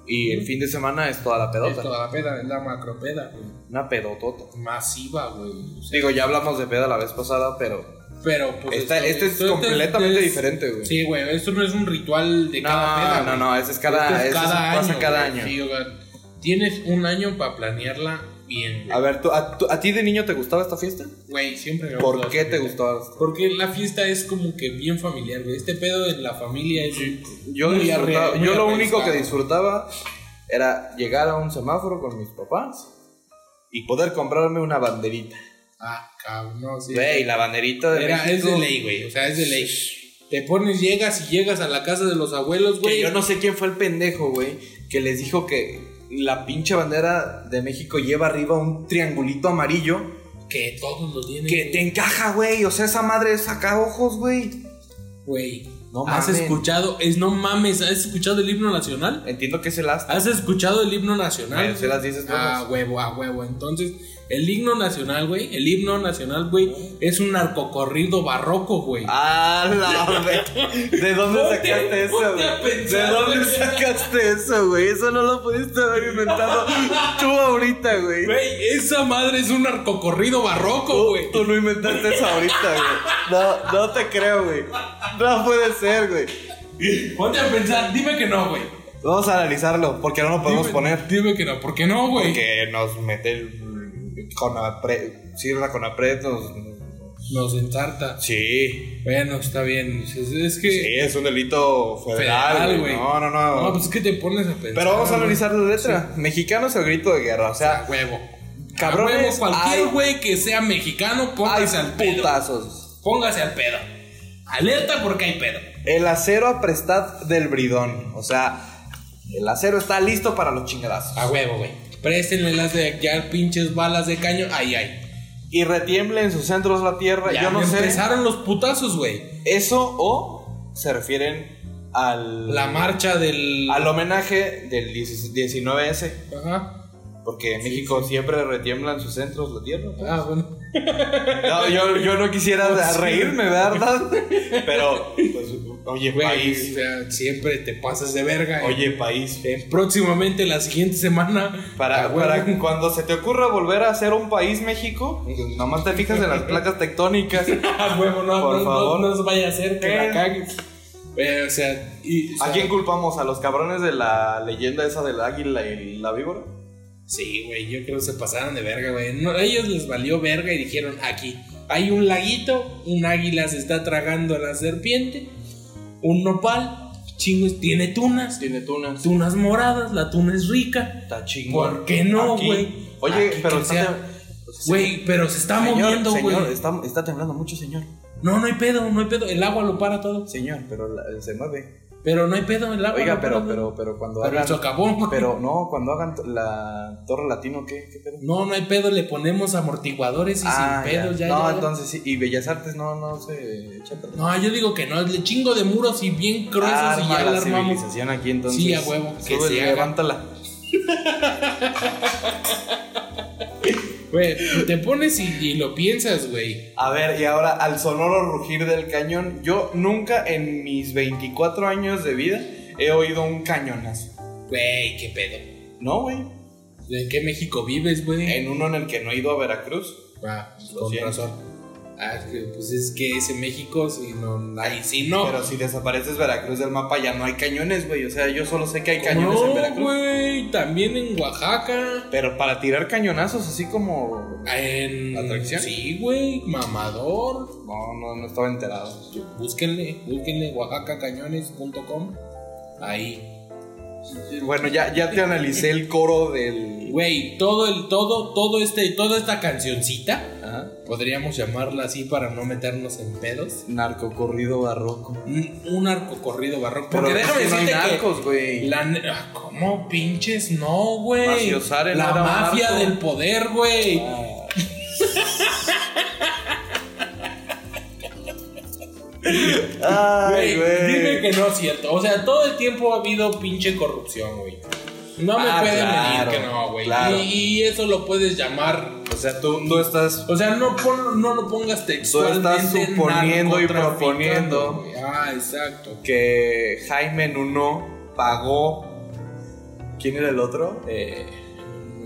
A: Y el fin de semana es toda la
B: Es
A: pedota.
B: toda la peda, es la macropeda, güey.
A: Una pedotota.
B: masiva, güey. O sea,
A: Digo, ya hablamos de peda la vez pasada, pero.
B: pero pues.
A: Esta-
B: esto-
A: este es
B: esto- esto-
A: completamente
B: esto es-
A: diferente, güey.
B: Sí, güey, esto no es un ritual de
A: No,
B: cada peda.
A: no,
B: güey.
A: no, ese es cada-
B: Esto
A: ese es- pasa cada
B: güey.
A: año.
B: Sí, o sea, tienes un año para planearla bien,
A: A
B: güey.
A: ver, ¿tú- a, tú- a ti de niño te gustaba esta fiesta?
B: Güey, siempre me
A: ¿Por
B: gustó
A: qué
B: esta
A: te
B: fiesta.
A: gustaba esta?
B: Porque la fiesta es como que bien familiar, güey. Este pedo en la familia es.
A: Yo,
B: muy
A: disfrutaba-
B: arre- muy
A: yo lo único que
B: arraigado.
A: disfrutaba era llegar a un semáforo con mis papás y poder comprarme una banderita.
B: Ah, cabrón, no, sí.
A: Güey, la banderita de
B: Era- es
A: México,
B: de ley, güey. O sea, es de ley. Te pones, llegas y llegas a la casa de los abuelos,
A: Que
B: güey.
A: yo no sé quién fue el pendejo, güey, que les dijo que la pinche bandera de México lleva arriba un triangulito amarillo
B: Que todos lo tienen.
A: que
B: güey.
A: te encaja, güey. O sea, esa madre es acá ojos, güey.
B: Güey,
A: No
B: ¿has
A: mamen.
B: escuchado? Es no mames, ¿has escuchado el himno nacional?
A: Entiendo que es el asta.
B: ¿Has escuchado el himno nacional?
A: Bueno, se las dices
B: ah,
A: todas.
B: huevo, a huevo. Entonces, el himno nacional, güey, el himno nacional, güey, es un narcocorrido barroco, güey.
A: Ah, la ve- ¿De dónde
B: Ponte-
A: sacaste eso,
B: ponte a
A: güey? ¿De
B: pensar,
A: dónde
B: güey.
A: sacaste eso, güey? Eso no lo pudiste haber inventado tú ahorita, güey.
B: Güey, esa madre es un narcocorrido barroco,
A: Tú,
B: güey.
A: tú no inventaste eso ahorita, güey. No, no te creo, güey. No puede ser, güey.
B: Ponte a pensar, dime que no, güey.
A: Vamos a analizarlo, porque no lo podemos
B: Dime-
A: poner.
B: Dime que no, ¿por qué no, güey?
A: Porque nos mete el. Con apre. Sirra con apretos.
B: Nos ensarta.
A: Sí.
B: Bueno, está bien. Es, es que.
A: Sí, es un delito federal, güey. No, no, no.
B: No, pues es que te pones a pensar.
A: Pero vamos a
B: güey.
A: analizar la letra. Mexicanos el grito de guerra. O sea,
B: A huevo.
A: Cabrones,
B: A huevo,
A: hay-
B: cualquier güey que sea mexicano,
A: hay
B: póngase al pedo.
A: putazos.
B: Póngase al pedo. Alerta porque hay pedo.
A: El acero aprestad del bridón. O sea, el acero está listo para los chingadazos.
B: A huevo, güey. Préstenle las de ya pinches balas de caño. Ay, ay.
A: Y retiemble en sus centros la tierra.
B: Ya
A: Yo no sé.
B: empezaron los putazos, güey.
A: Eso o se refieren al,
B: La marcha del.
A: al homenaje del 10 19S.
B: Ajá.
A: Porque en México siempre retiembla en sus centros la tierra.
B: Ah, bueno.
A: No, yo, yo no quisiera
B: No, sí.
A: reírme, ¿verdad? Pero, pues, oye,
B: Güey, o
A: país.
B: sea, siempre te pasas de verga.
A: Oye, país.
B: Eh, próximamente, la siguiente semana. a
A: Para,
B: huevo.
A: para que cuando se te ocurra volver a ser un país México, nomás te fijas en las placas tectónicas.
B: A huevo, no,
A: Por
B: no,
A: favor.
B: no, no se vaya a hacer que
A: Eh.
B: la cagues. Eh, o sea, y, o sea,
A: ¿A quién culpamos? ¿A los cabrones de la leyenda esa del águila y la víbora?
B: Sí, güey, yo creo que se pasaron de verga, güey. No, a ellos les valió verga y dijeron, aquí hay un laguito, un águila se está tragando a la serpiente, un nopal, chingos, tiene tunas,
A: Tiene tunas.
B: tunas moradas, la tuna es rica.
A: Está chingón.
B: ¿Por qué no,
A: Aquí.
B: güey?
A: Oye,
B: Aquí
A: pero
B: que
A: está.
B: sea.
A: tem-
B: Güey, pero se está
A: Señor,
B: moviendo, güey.
A: señor, está, está temblando mucho, señor.
B: No, no hay pedo, no hay pedo, el agua lo para todo.
A: Señor, pero la- se mueve.
B: Pero no hay pedo, el agua
A: Oiga,
B: lo
A: pero,
B: para todo.
A: pero, pero cuando
B: Pero
A: hagan.
B: se acabó, güey.
A: Pero no, cuando hagan t- la Torre Latino, ¿qué? ¿Qué pedo?
B: No, no hay pedo, le ponemos amortiguadores y
A: Ah,
B: sin pedos, ya.
A: no,
B: ya, ya.
A: entonces sí. Y Bellas Artes no, no se echa a perder.
B: No, yo digo que no, le chingo de muros y bien gruesos
A: Arma
B: y ya la
A: Ah, la
B: armamos.
A: civilización aquí entonces.
B: Sí, a huevo, que
A: Súbele,
B: se haga.
A: levántala.
B: Güey, te pones y, y lo piensas, güey.
A: A ver, y ahora al sonoro rugir del cañón. Yo nunca en mis 24 años de vida he oído un cañonazo.
B: Güey, qué pedo.
A: No, güey.
B: ¿De qué México vives, güey?
A: En uno en el que no he ido a Veracruz.
B: Ah,
A: Lo
B: con
A: siento.
B: razón. Ah, que, pues es que ese México, si no, ahí sí no.
A: Pero si desapareces Veracruz del mapa ya no hay cañones, güey. O sea, yo solo sé que hay cañones
B: no,
A: en Veracruz.
B: güey, también en Oaxaca.
A: Pero para tirar cañonazos así como...
B: En...
A: ¿Atracción?
B: Sí, güey, mamador.
A: No, no, no estaba enterado.
B: Búsquenle, búsquenle oaxacacañones.com. Ahí.
A: Bueno, ya, ya te analicé el coro del...
B: Güey, todo el, todo, todo este, toda esta cancioncita,
A: Ajá.
B: podríamos llamarla así para no meternos en pedos.
A: Narcocorrido barroco.
B: Un, un arco corrido barroco. Porque
A: Pero
B: déjame
A: es que no hay
B: decirte que
A: narcos, güey.
B: La ne- ah, ¿Cómo pinches? No, güey.
A: Macio Saren
B: La
A: era un
B: mafia
A: narco.
B: del poder, güey.
A: Ay,
B: Güey, Dime
A: güey.
B: que no es cierto. O sea, todo el tiempo ha habido pinche corrupción, güey. No me
A: Ah,
B: pueden
A: claro,
B: venir que no, güey.
A: claro.
B: Y, y eso lo puedes llamar.
A: O sea, tú, tú estás...
B: O sea, no, pon- no lo pongas
A: Tú
B: textualmente.
A: estás suponiendo y
B: narcotraficante,
A: proponiendo.
B: güey. Ah, exacto.
A: que Jaime Nuno pagó. ¿Quién era el otro?
B: Eh,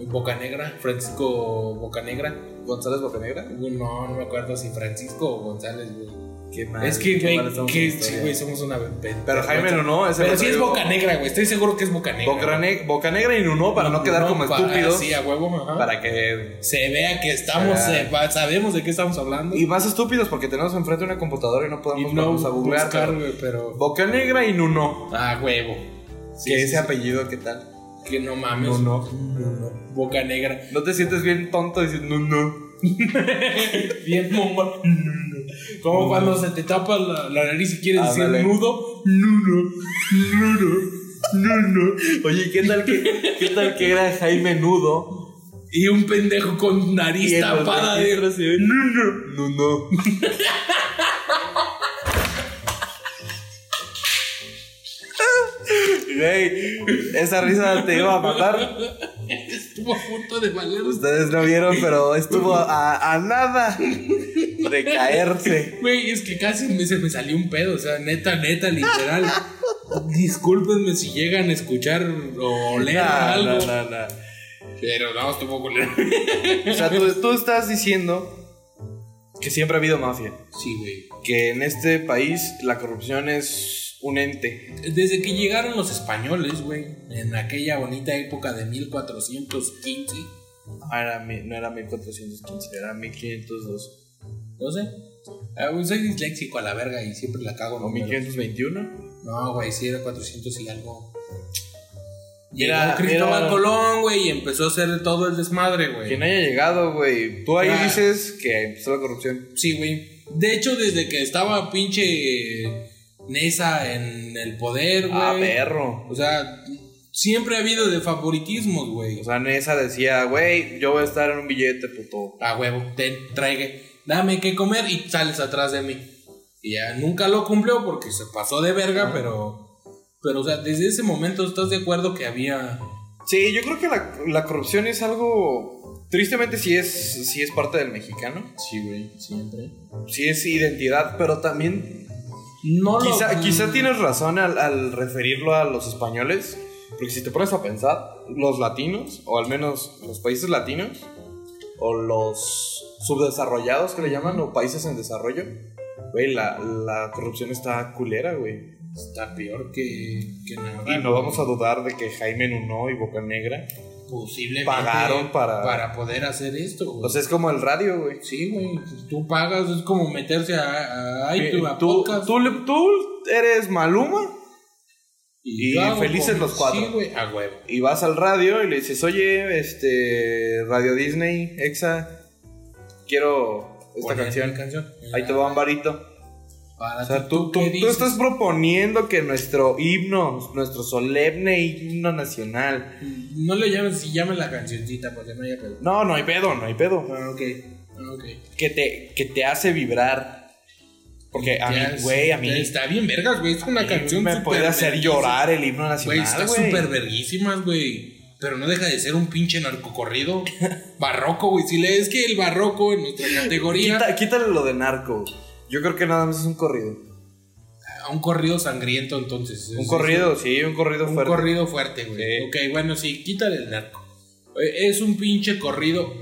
B: Boca Negra, Francisco Boca Negra.
A: ¿González Bocanegra?
B: No, no me acuerdo si Francisco o González, güey.
A: Qué mal.
B: Ah, Es que,
A: qué mal
B: güey,
A: estamos
B: que-
A: en
B: sí,
A: historia.
B: güey, somos una. pe-
A: Pero Jaime
B: vergüenza.
A: Nuno es el
B: Pero
A: otro
B: sí es
A: digo-
B: boca negra, güey. Estoy seguro que es boca negra.
A: Bocane- Bocanegra y Nuno para no quedar como
B: pa-
A: estúpidos.
B: Sí, a huevo, ajá.
A: Para que.
B: Se vea que estamos.
A: Ah.
B: eh, pa- sabemos de qué estamos hablando.
A: Y más estúpidos porque tenemos enfrente una computadora y no podemos
B: no
A: vamos a googlear.
B: buscar,
A: pero-
B: güey, pero.
A: Bocanegra y Nuno.
B: Ah, huevo. Sí,
A: que
B: sí,
A: ese
B: sí.
A: apellido, ¿qué tal?
B: Que no mames.
A: Nuno.
B: Boca negra.
A: ¿No te sientes bien tonto diciendo Nuno?
B: Bien mongol. Como cuando se te tapa la, la nariz y quieres
A: Ándale.
B: decir nudo. Nudo. Nudo. Nudo.
A: Oye, ¿qué tal que, qué tal que era Jaime Nudo?
B: Y un pendejo con nariz
A: Y el
B: tapada de
A: pendejo
B: recién. Nudo.
A: Nuno. Güey, esa risa te iba a matar.
B: Estuvo a punto de valer.
A: Ustedes no vieron, pero estuvo a, a nada de caerse.
B: Güey, es que casi me- se me salió un pedo, o sea, neta, neta, literal. Discúlpenme si llegan a escuchar o leer
A: No,
B: algo.
A: no, no, no.
B: Pero no, estuvo culero.
A: O sea, tú, tú estás diciendo que siempre ha habido mafia.
B: Sí, güey.
A: Que en este país la corrupción es un ente.
B: Desde que llegaron los españoles, güey, en aquella bonita época de 1415,
A: Ah, era mi- no era 1415, era 1502.
B: no sé. Ah, güey, soy disléxico a la verga y siempre la cago.
A: ¿O
B: en números.
A: 1521?
B: No, güey, sí era 400 y algo.
A: Era-
B: Llegó Cristóbal
A: era-
B: Colón, güey, y empezó a hacer todo el desmadre, güey.
A: Quien haya llegado, güey. Tú ahí
B: Claro.
A: dices que empezó la corrupción.
B: Sí, güey. De hecho, desde que estaba pinche Nesa en el poder, güey.
A: Ah, perro.
B: O sea, siempre ha habido de favoritismos, güey.
A: O sea, Nessa decía, güey, yo voy a estar en un billete, puto.
B: A huevo, ten, traigue, dame que comer y sales atrás de mí. Y ya nunca lo cumplió porque se pasó de verga, pero. Pero, o sea, desde ese momento, ¿estás de acuerdo que había.
A: Sí, yo creo que la, la corrupción es algo. Tristemente, sí es, sí es parte del mexicano.
B: Sí, güey, siempre.
A: Sí es identidad, pero también.
B: No lo-
A: Quizá, quizá tienes razón al, al referirlo a los españoles. Porque si te pones a pensar, los latinos, o al menos los países latinos, o los subdesarrollados que le llaman, o países en desarrollo, güey, la, la corrupción está culera, güey.
B: Está peor que, que nada.
A: Y no vamos a dudar de que Jaime Nuno y Boca Negra.
B: Posiblemente.
A: Pagaron para-
B: Para poder hacer esto, güey.
A: O sea, es como el radio, güey.
B: Sí, güey, pues tú pagas, es como meterse a, a iTunes, a
A: Eh, tú,
B: podcast.
A: tú le- tú eres Maluma y
B: yo hago
A: felices los cuatro.
B: Sí, güey, a huevo.
A: y vas al radio y le dices, oye, este, Radio Disney, Exa, quiero esta
B: Poner
A: canción.
B: mi canción. Ah,
A: Ahí te va un varito.
B: Para
A: O sea,
B: ti,
A: tú, tú-
B: qué
A: tú
B: dices?
A: estás proponiendo que nuestro himno, nuestro solemne himno nacional.
B: No le llames, si llamen la cancioncita, porque no haya pedo.
A: No, no hay pedo, no hay pedo.
B: Ah, ok. Ah, ok.
A: Que te, que te hace vibrar. Porque a
B: Ya,
A: mí, güey, a
B: sí,
A: mí.
B: ya Está bien, vergas, güey, es una
A: A mí
B: canción.
A: me
B: súper
A: puede hacer
B: verguísima.
A: llorar el himno nacional,
B: Güey, está
A: güey.
B: súper verguísimas, güey. Pero no deja de ser un pinche narcocorrido barroco, güey. Si lees que el barroco en nuestra categoría.
A: Quita- quítale lo de narco. Yo creo que nada más es un corrido.
B: A un corrido sangriento, entonces.
A: Un
B: Es-
A: corrido, sí, un corrido
B: Un
A: fuerte.
B: corrido fuerte, güey.
A: Sí.
B: Ok, bueno, sí, quítale el narco. Eh, Es un pinche corrido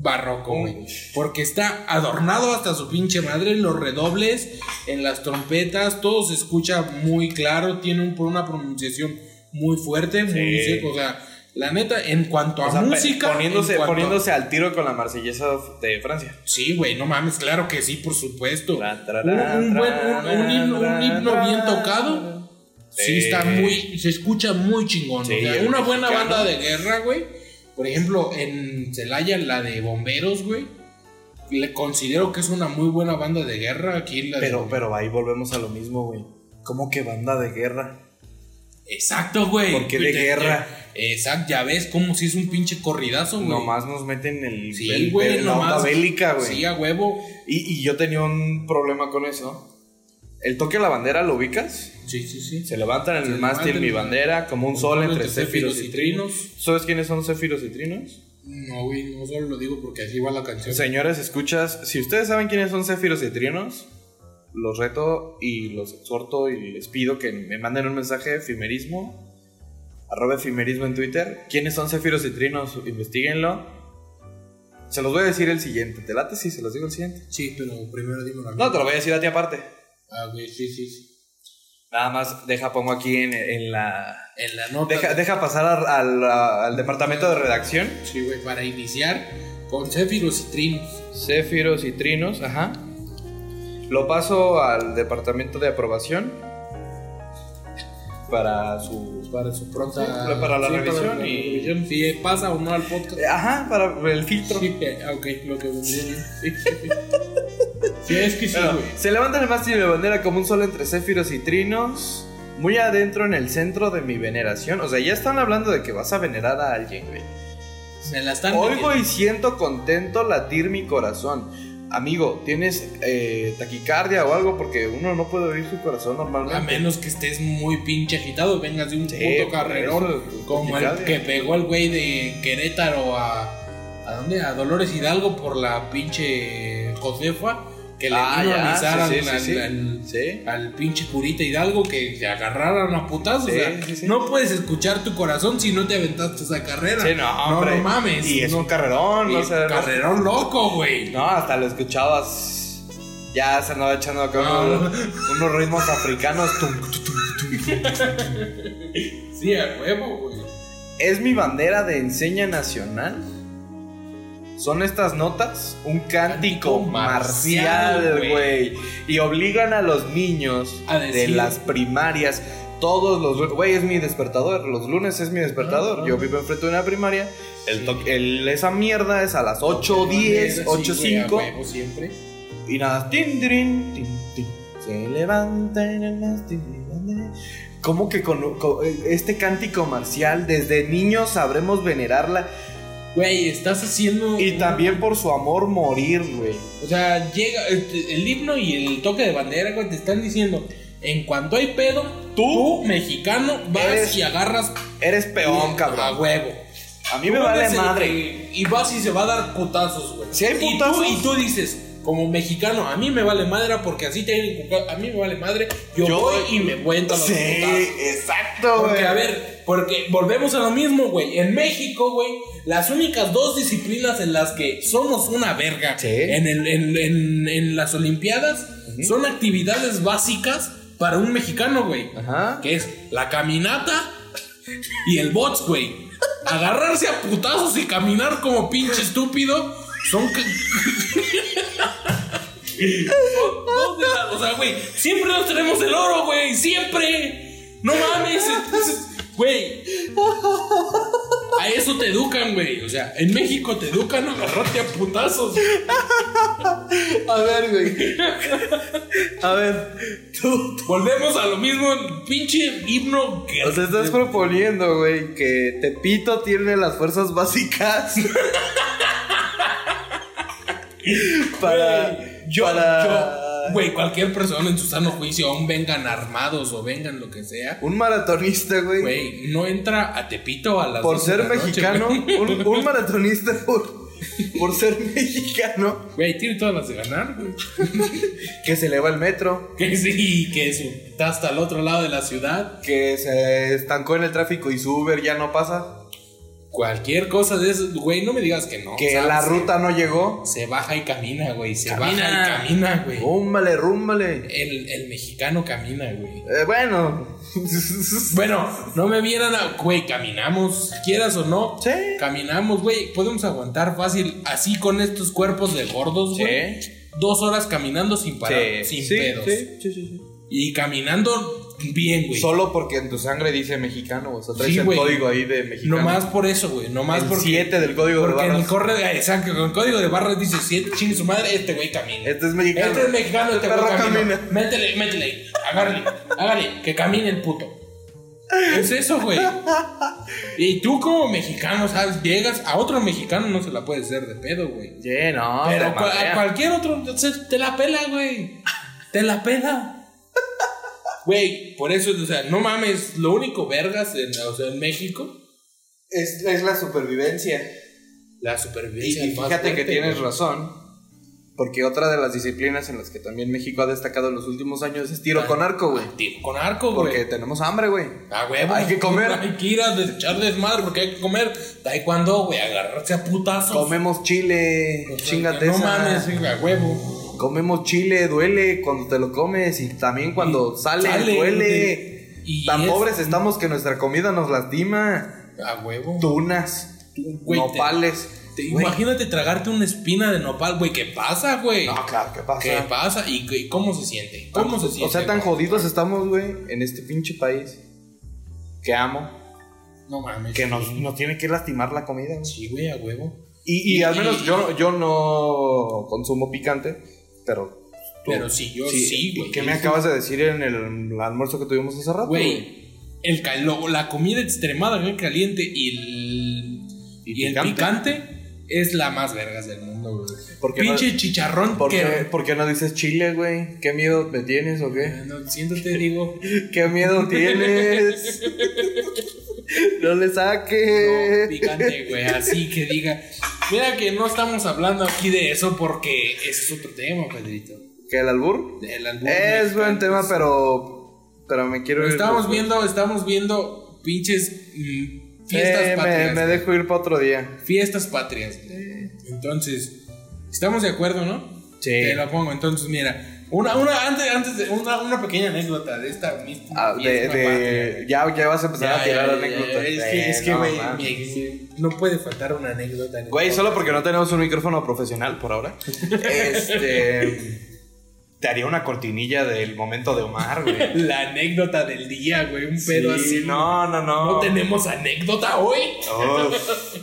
B: barroco, güey. Porque está adornado hasta su pinche madre en los redobles, en las trompetas, todo se escucha muy claro, tiene un- por una pronunciación muy fuerte, muy
A: Sí.
B: seco, o sea, la neta, en cuanto a
A: O sea, pe-
B: música... en
A: Poniéndose,
B: cuanto a-
A: poniéndose al tiro con la marsellesa de Francia.
B: Sí, güey, no mames, claro que sí, por supuesto.
A: Tra, tra,
B: Un- un,
A: tra,
B: buen, un, un himno,
A: tra,
B: un himno
A: tra,
B: bien
A: tra.
B: tocado. Sí,
A: Sí.
B: está muy. Se escucha muy chingón.
A: Eh, Sí,
B: o sea,
A: el
B: una buena
A: mexicano.
B: banda de guerra, güey. Por ejemplo, en Celaya, la de bomberos, güey. Le considero que es una muy buena banda de guerra. Aquí la de-
A: Pero, pero ahí volvemos a lo mismo, güey. ¿Cómo que banda de guerra?
B: Exacto, güey.
A: ¿Por qué de
B: Te-
A: guerra?
B: te- Exacto, ya ves como si es un pinche corridazo, güey.
A: Nomás nos meten el,
B: Sí,
A: el-
B: güey,
A: la onda
B: nomás.
A: bélica, güey.
B: Sí, a huevo.
A: Y, y yo tenía un problema con eso. El toque a la bandera, ¿lo ubicas?
B: Sí, sí, sí.
A: Se levantan en
B: Se
A: el mástil
B: levantan
A: mi
B: en-
A: bandera, como un sol entre céfiros y trinos.
B: trinos.
A: ¿Sabes quiénes son céfiros y trinos?
B: No, güey, no solo lo digo porque así va la canción.
A: Señores, escuchas, si ustedes saben quiénes son céfiros y trinos, los reto y los exhorto y les pido que me manden un mensaje efimerismo, arroba efimerismo en Twitter. ¿Quiénes son céfiros y trinos? Investíguenlo. Se los voy a decir el siguiente. ¿Te late? Sí, se los digo el siguiente.
B: Sí, pero primero dime la
A: No, te lo voy a decir a ti aparte.
B: Ah, güey, sí, sí, sí.
A: Nada más deja, pongo aquí en, en la...
B: En la nota.
A: Deja, deja pasar a- al- a- al departamento de redacción.
B: Sí, güey, para iniciar con Céfiros y Trinos.
A: Céfiros y trinos, ajá. Lo paso al departamento de aprobación para su.
B: Para su pronta.
A: Sí, para la revisión y- Eh,
B: revisión. Si pasa o no al podcast.
A: Ajá, para el filtro.
B: Sí, eh, ok, lo que vendría bien. Sí, sí, sí. Sí, es que sí,
A: Bueno,
B: güey.
A: se levanta el mástil de bandera como un sol entre céfiros y trinos. Muy adentro en el centro de mi veneración. O sea, ya están hablando de que vas a venerar a alguien, güey.
B: Se la están.
A: Oigo
B: metiendo.
A: y siento contento latir mi corazón. Amigo, ¿tienes eh, taquicardia o algo? Porque uno no puede oír su corazón
B: A
A: normalmente.
B: menos que estés muy pinche agitado, vengas de un
A: Sí,
B: puto
A: por
B: carrerón
A: eso,
B: como el
A: taquicardia.
B: que pegó el güey de Querétaro a. ¿A dónde? A Dolores Hidalgo por la pinche Josefa que le
A: Ah,
B: vino a
A: ya,
B: avisar
A: sí,
B: al-
A: sí,
B: al-
A: sí, sí.
B: al-
A: Sí.
B: al pinche curita Hidalgo que se agarraron a putazos.
A: Sí,
B: o sea,
A: sí, sí.
B: No puedes escuchar tu corazón si no te aventaste esa carrera.
A: Sí, no, hombre.
B: no mames.
A: Y es
B: no,
A: un carrerón,
B: y
A: no sé.
B: carrerón loco, güey.
A: No, hasta lo escuchabas. Ya se andaba echando acá
B: No.
A: unos, unos ritmos africanos. Tum, tum, tum, tum.
B: Sí, a huevo, güey.
A: Es mi bandera de enseña nacional. Son estas notas un
B: Cántico
A: cántico
B: marcial,
A: marcial, güey. Y obligan a los niños
B: A
A: de
B: decir-
A: las primarias. Todos los lu- güey es mi despertador. Los lunes es mi despertador.
B: Ah, ah.
A: Yo vivo enfrente de una primaria.
B: Sí.
A: El to- el- esa mierda es a las 8, 10,
B: Sí, güey,
A: 8,
B: a
A: 5.
B: huevo siempre.
A: Y nada, tin, tirin, tin, tin. se levanta en el mástil mi bandera. Como que con, con este cántico marcial, desde niños sabremos venerarla
B: Güey, estás haciendo.
A: y
B: un-
A: también por su amor morir, güey.
B: O sea, llega este, el himno y el toque de bandera, güey, te están diciendo, en cuanto hay pedo, tú, mexicano, vas
A: eres-
B: y agarras
A: Eres peón,
B: a
A: cabrón.
B: huevo.
A: A mí me vale
B: Eres el
A: madre.
B: que- Y vas y se va a dar putazos, güey.
A: Si hay
B: Y tú-
A: putazos.
B: Y tú, dices, como mexicano, a mí me vale madre porque así te deben inculcar, a mí me vale madre, yo,
A: Yo-
B: voy y me cuento los
A: Sí,
B: putazos.
A: exacto,
B: Porque,
A: güey.
B: a ver, porque volvemos a lo mismo, güey. En México, güey, las únicas dos disciplinas en las que somos una verga
A: Sí.
B: en, el- en- en- en las Olimpiadas son actividades básicas para un mexicano, güey.
A: Ajá.
B: Que es la caminata y el bots, güey. Agarrarse a putazos y caminar como pinche estúpido son... ca- Dos de la- O sea, güey, siempre nos tenemos el oro, güey, siempre. No mames, entonces, güey. A eso te educan, güey. O sea, en México te educan a agarrarte a putazos.
A: A ver, güey. A ver, tú, tú.
B: Volvemos a lo mismo, el pinche himno que.
A: O sea, estás proponiendo, güey, que Tepito tiene las fuerzas básicas. para.
B: Güey, yo,
A: para-
B: yo- güey, cualquier persona en su sano juicio, aún vengan armados o vengan lo que sea,
A: Un maratonista, güey.
B: güey, no entra a Tepito a las
A: Por
B: doce de
A: ser
B: la noche,
A: mexicano.
B: güey.
A: Un, un maratonista por, por ser mexicano.
B: Güey, tiene todas las de ganar, güey.
A: Que se le va el metro.
B: Que sí, que eso está hasta el otro lado de la ciudad.
A: Que se estancó en el tráfico y su Uber ya no pasa.
B: Cualquier cosa de eso, güey, no me digas que no.
A: Que
B: ¿sabes?
A: la ruta no llegó.
B: Se baja y camina, güey. Se
A: Camina.
B: baja y camina, güey.
A: Rúmbale, rúmbale.
B: El, el mexicano camina, güey.
A: Eh, bueno.
B: Bueno, no me vieran a. Güey, caminamos, quieras o no.
A: Sí.
B: Caminamos, güey. Podemos aguantar fácil así con estos cuerpos de gordos, güey. Dos horas caminando sin parar, sin
A: Sí,
B: pedos.
A: sí, sí, sí, sí.
B: Y caminando bien, güey.
A: Solo porque en tu sangre dice mexicano, o sea, traes
B: Sí,
A: el
B: güey.
A: código ahí de mexicano.
B: Nomás por eso, güey. Nomás
A: El
B: porque.
A: siete del código de
B: porque en el
A: barras.
B: corre, exacto, con el código de barras dice 7, chingue su madre, este güey camina.
A: Este es mexicano.
B: Este es mexicano, este
A: El
B: güey
A: perro
B: camina.
A: camina.
B: Métele, métele, agárrele, hágale, que camine el puto. Es eso, güey. Y tú como mexicano, ¿sabes? Llegas a otro mexicano, no se la puedes hacer de pedo, güey.
A: Yeah, no,
B: Pero
A: te
B: cua-
A: madrea.
B: a cualquier otro se- te la pela, güey. Te la pela. Güey, por eso, o sea, no mames, lo único vergas en, o sea, en México,
A: es, es la supervivencia.
B: la
A: Y,
B: supervivencia.
A: y
B: es más
A: fíjate que
B: fuerte,
A: tienes
B: güey.
A: razón. Porque otra de las disciplinas en las que también México ha destacado en los últimos años es tiro con arco, güey.
B: Tiro con arco, Ah, güey.
A: Porque tenemos hambre, güey.
B: A huevo.
A: Hay que comer.
B: Hay que ir a des- echar desmadre porque hay que comer. Taekwondo, güey, agarrarse a putazos.
A: Comemos chile,
B: O sea,
A: chingate
B: que No
A: esa.
B: mames, güey, a huevo.
A: Comemos chile, duele cuando te lo comes y también cuando sale,
B: sale,
A: duele.
B: güey. Y
A: Tan
B: es-
A: pobres estamos que nuestra comida nos lastima.
B: A huevo.
A: Tunas,
B: Güey, te-
A: nopales.
B: Te-
A: Güey,
B: imagínate tragarte una espina de nopal, güey. ¿Qué pasa, güey?
A: No, claro, ¿qué pasa?
B: ¿Qué pasa? ¿Y, qué- cómo se siente? ¿Cómo se siente?
A: O sea, tan
B: güey?
A: jodidos estamos, güey, en este pinche país. Que amo.
B: No mames.
A: Que nos, nos tiene que lastimar la comida, güey.
B: Sí, güey, a huevo.
A: Y, y al
B: Y-
A: menos
B: y-
A: yo, no- yo no consumo picante, pero. tú-
B: Pero sí, yo sí, güey.
A: ¿Qué me acabas de decir en el almuerzo que tuvimos hace rato?
B: Güey, el cal- lo- la comida extremada, bien caliente y el,
A: Y
B: y el
A: picante.
B: picante. es la más vergas del mundo, güey.
A: ¿Por qué
B: Pinche chicharrón
A: ¿Por qué,
B: que...
A: por qué no dices chile, güey? ¿Qué miedo me tienes o qué?
B: No, siéntate, digo...
A: ¿Qué miedo tienes? no le saques.
B: No, picante, güey, así que diga... Mira que no estamos hablando aquí de eso porque ese es otro tema, Pedrito.
A: ¿Que el albur?
B: Del albur
A: Es buen
B: mexicano.
A: tema, pues. pero. Pero me quiero
B: Pero
A: ir
B: estamos
A: después.
B: viendo, estamos viendo pinches mm, fiestas
A: Eh, me,
B: patrias.
A: me dejo ir para otro día.
B: Fiestas patrias. Entonces, estamos de acuerdo, ¿no?
A: Sí.
B: Te lo pongo. Entonces, mira, una, una, antes, antes de, una, una pequeña anécdota de esta misma
A: Ah, de,
B: fiesta patria,
A: de,
B: güey.
A: ya, ya vas a empezar a
B: Ya,
A: tirar
B: ya, ya,
A: anécdotas.
B: ya, Es que,
A: Eh,
B: es que,
A: no
B: güey,
A: mames.
B: mi- no puede faltar una anécdota. en el
A: Güey,
B: podcast.
A: solo porque no tenemos un micrófono profesional por ahora. Este. Te haría una cortinilla del momento de Omar, güey.
B: La anécdota del día, güey, un pedo
A: Sí,
B: así.
A: No, no, no.
B: No tenemos anécdota hoy.
A: Uf,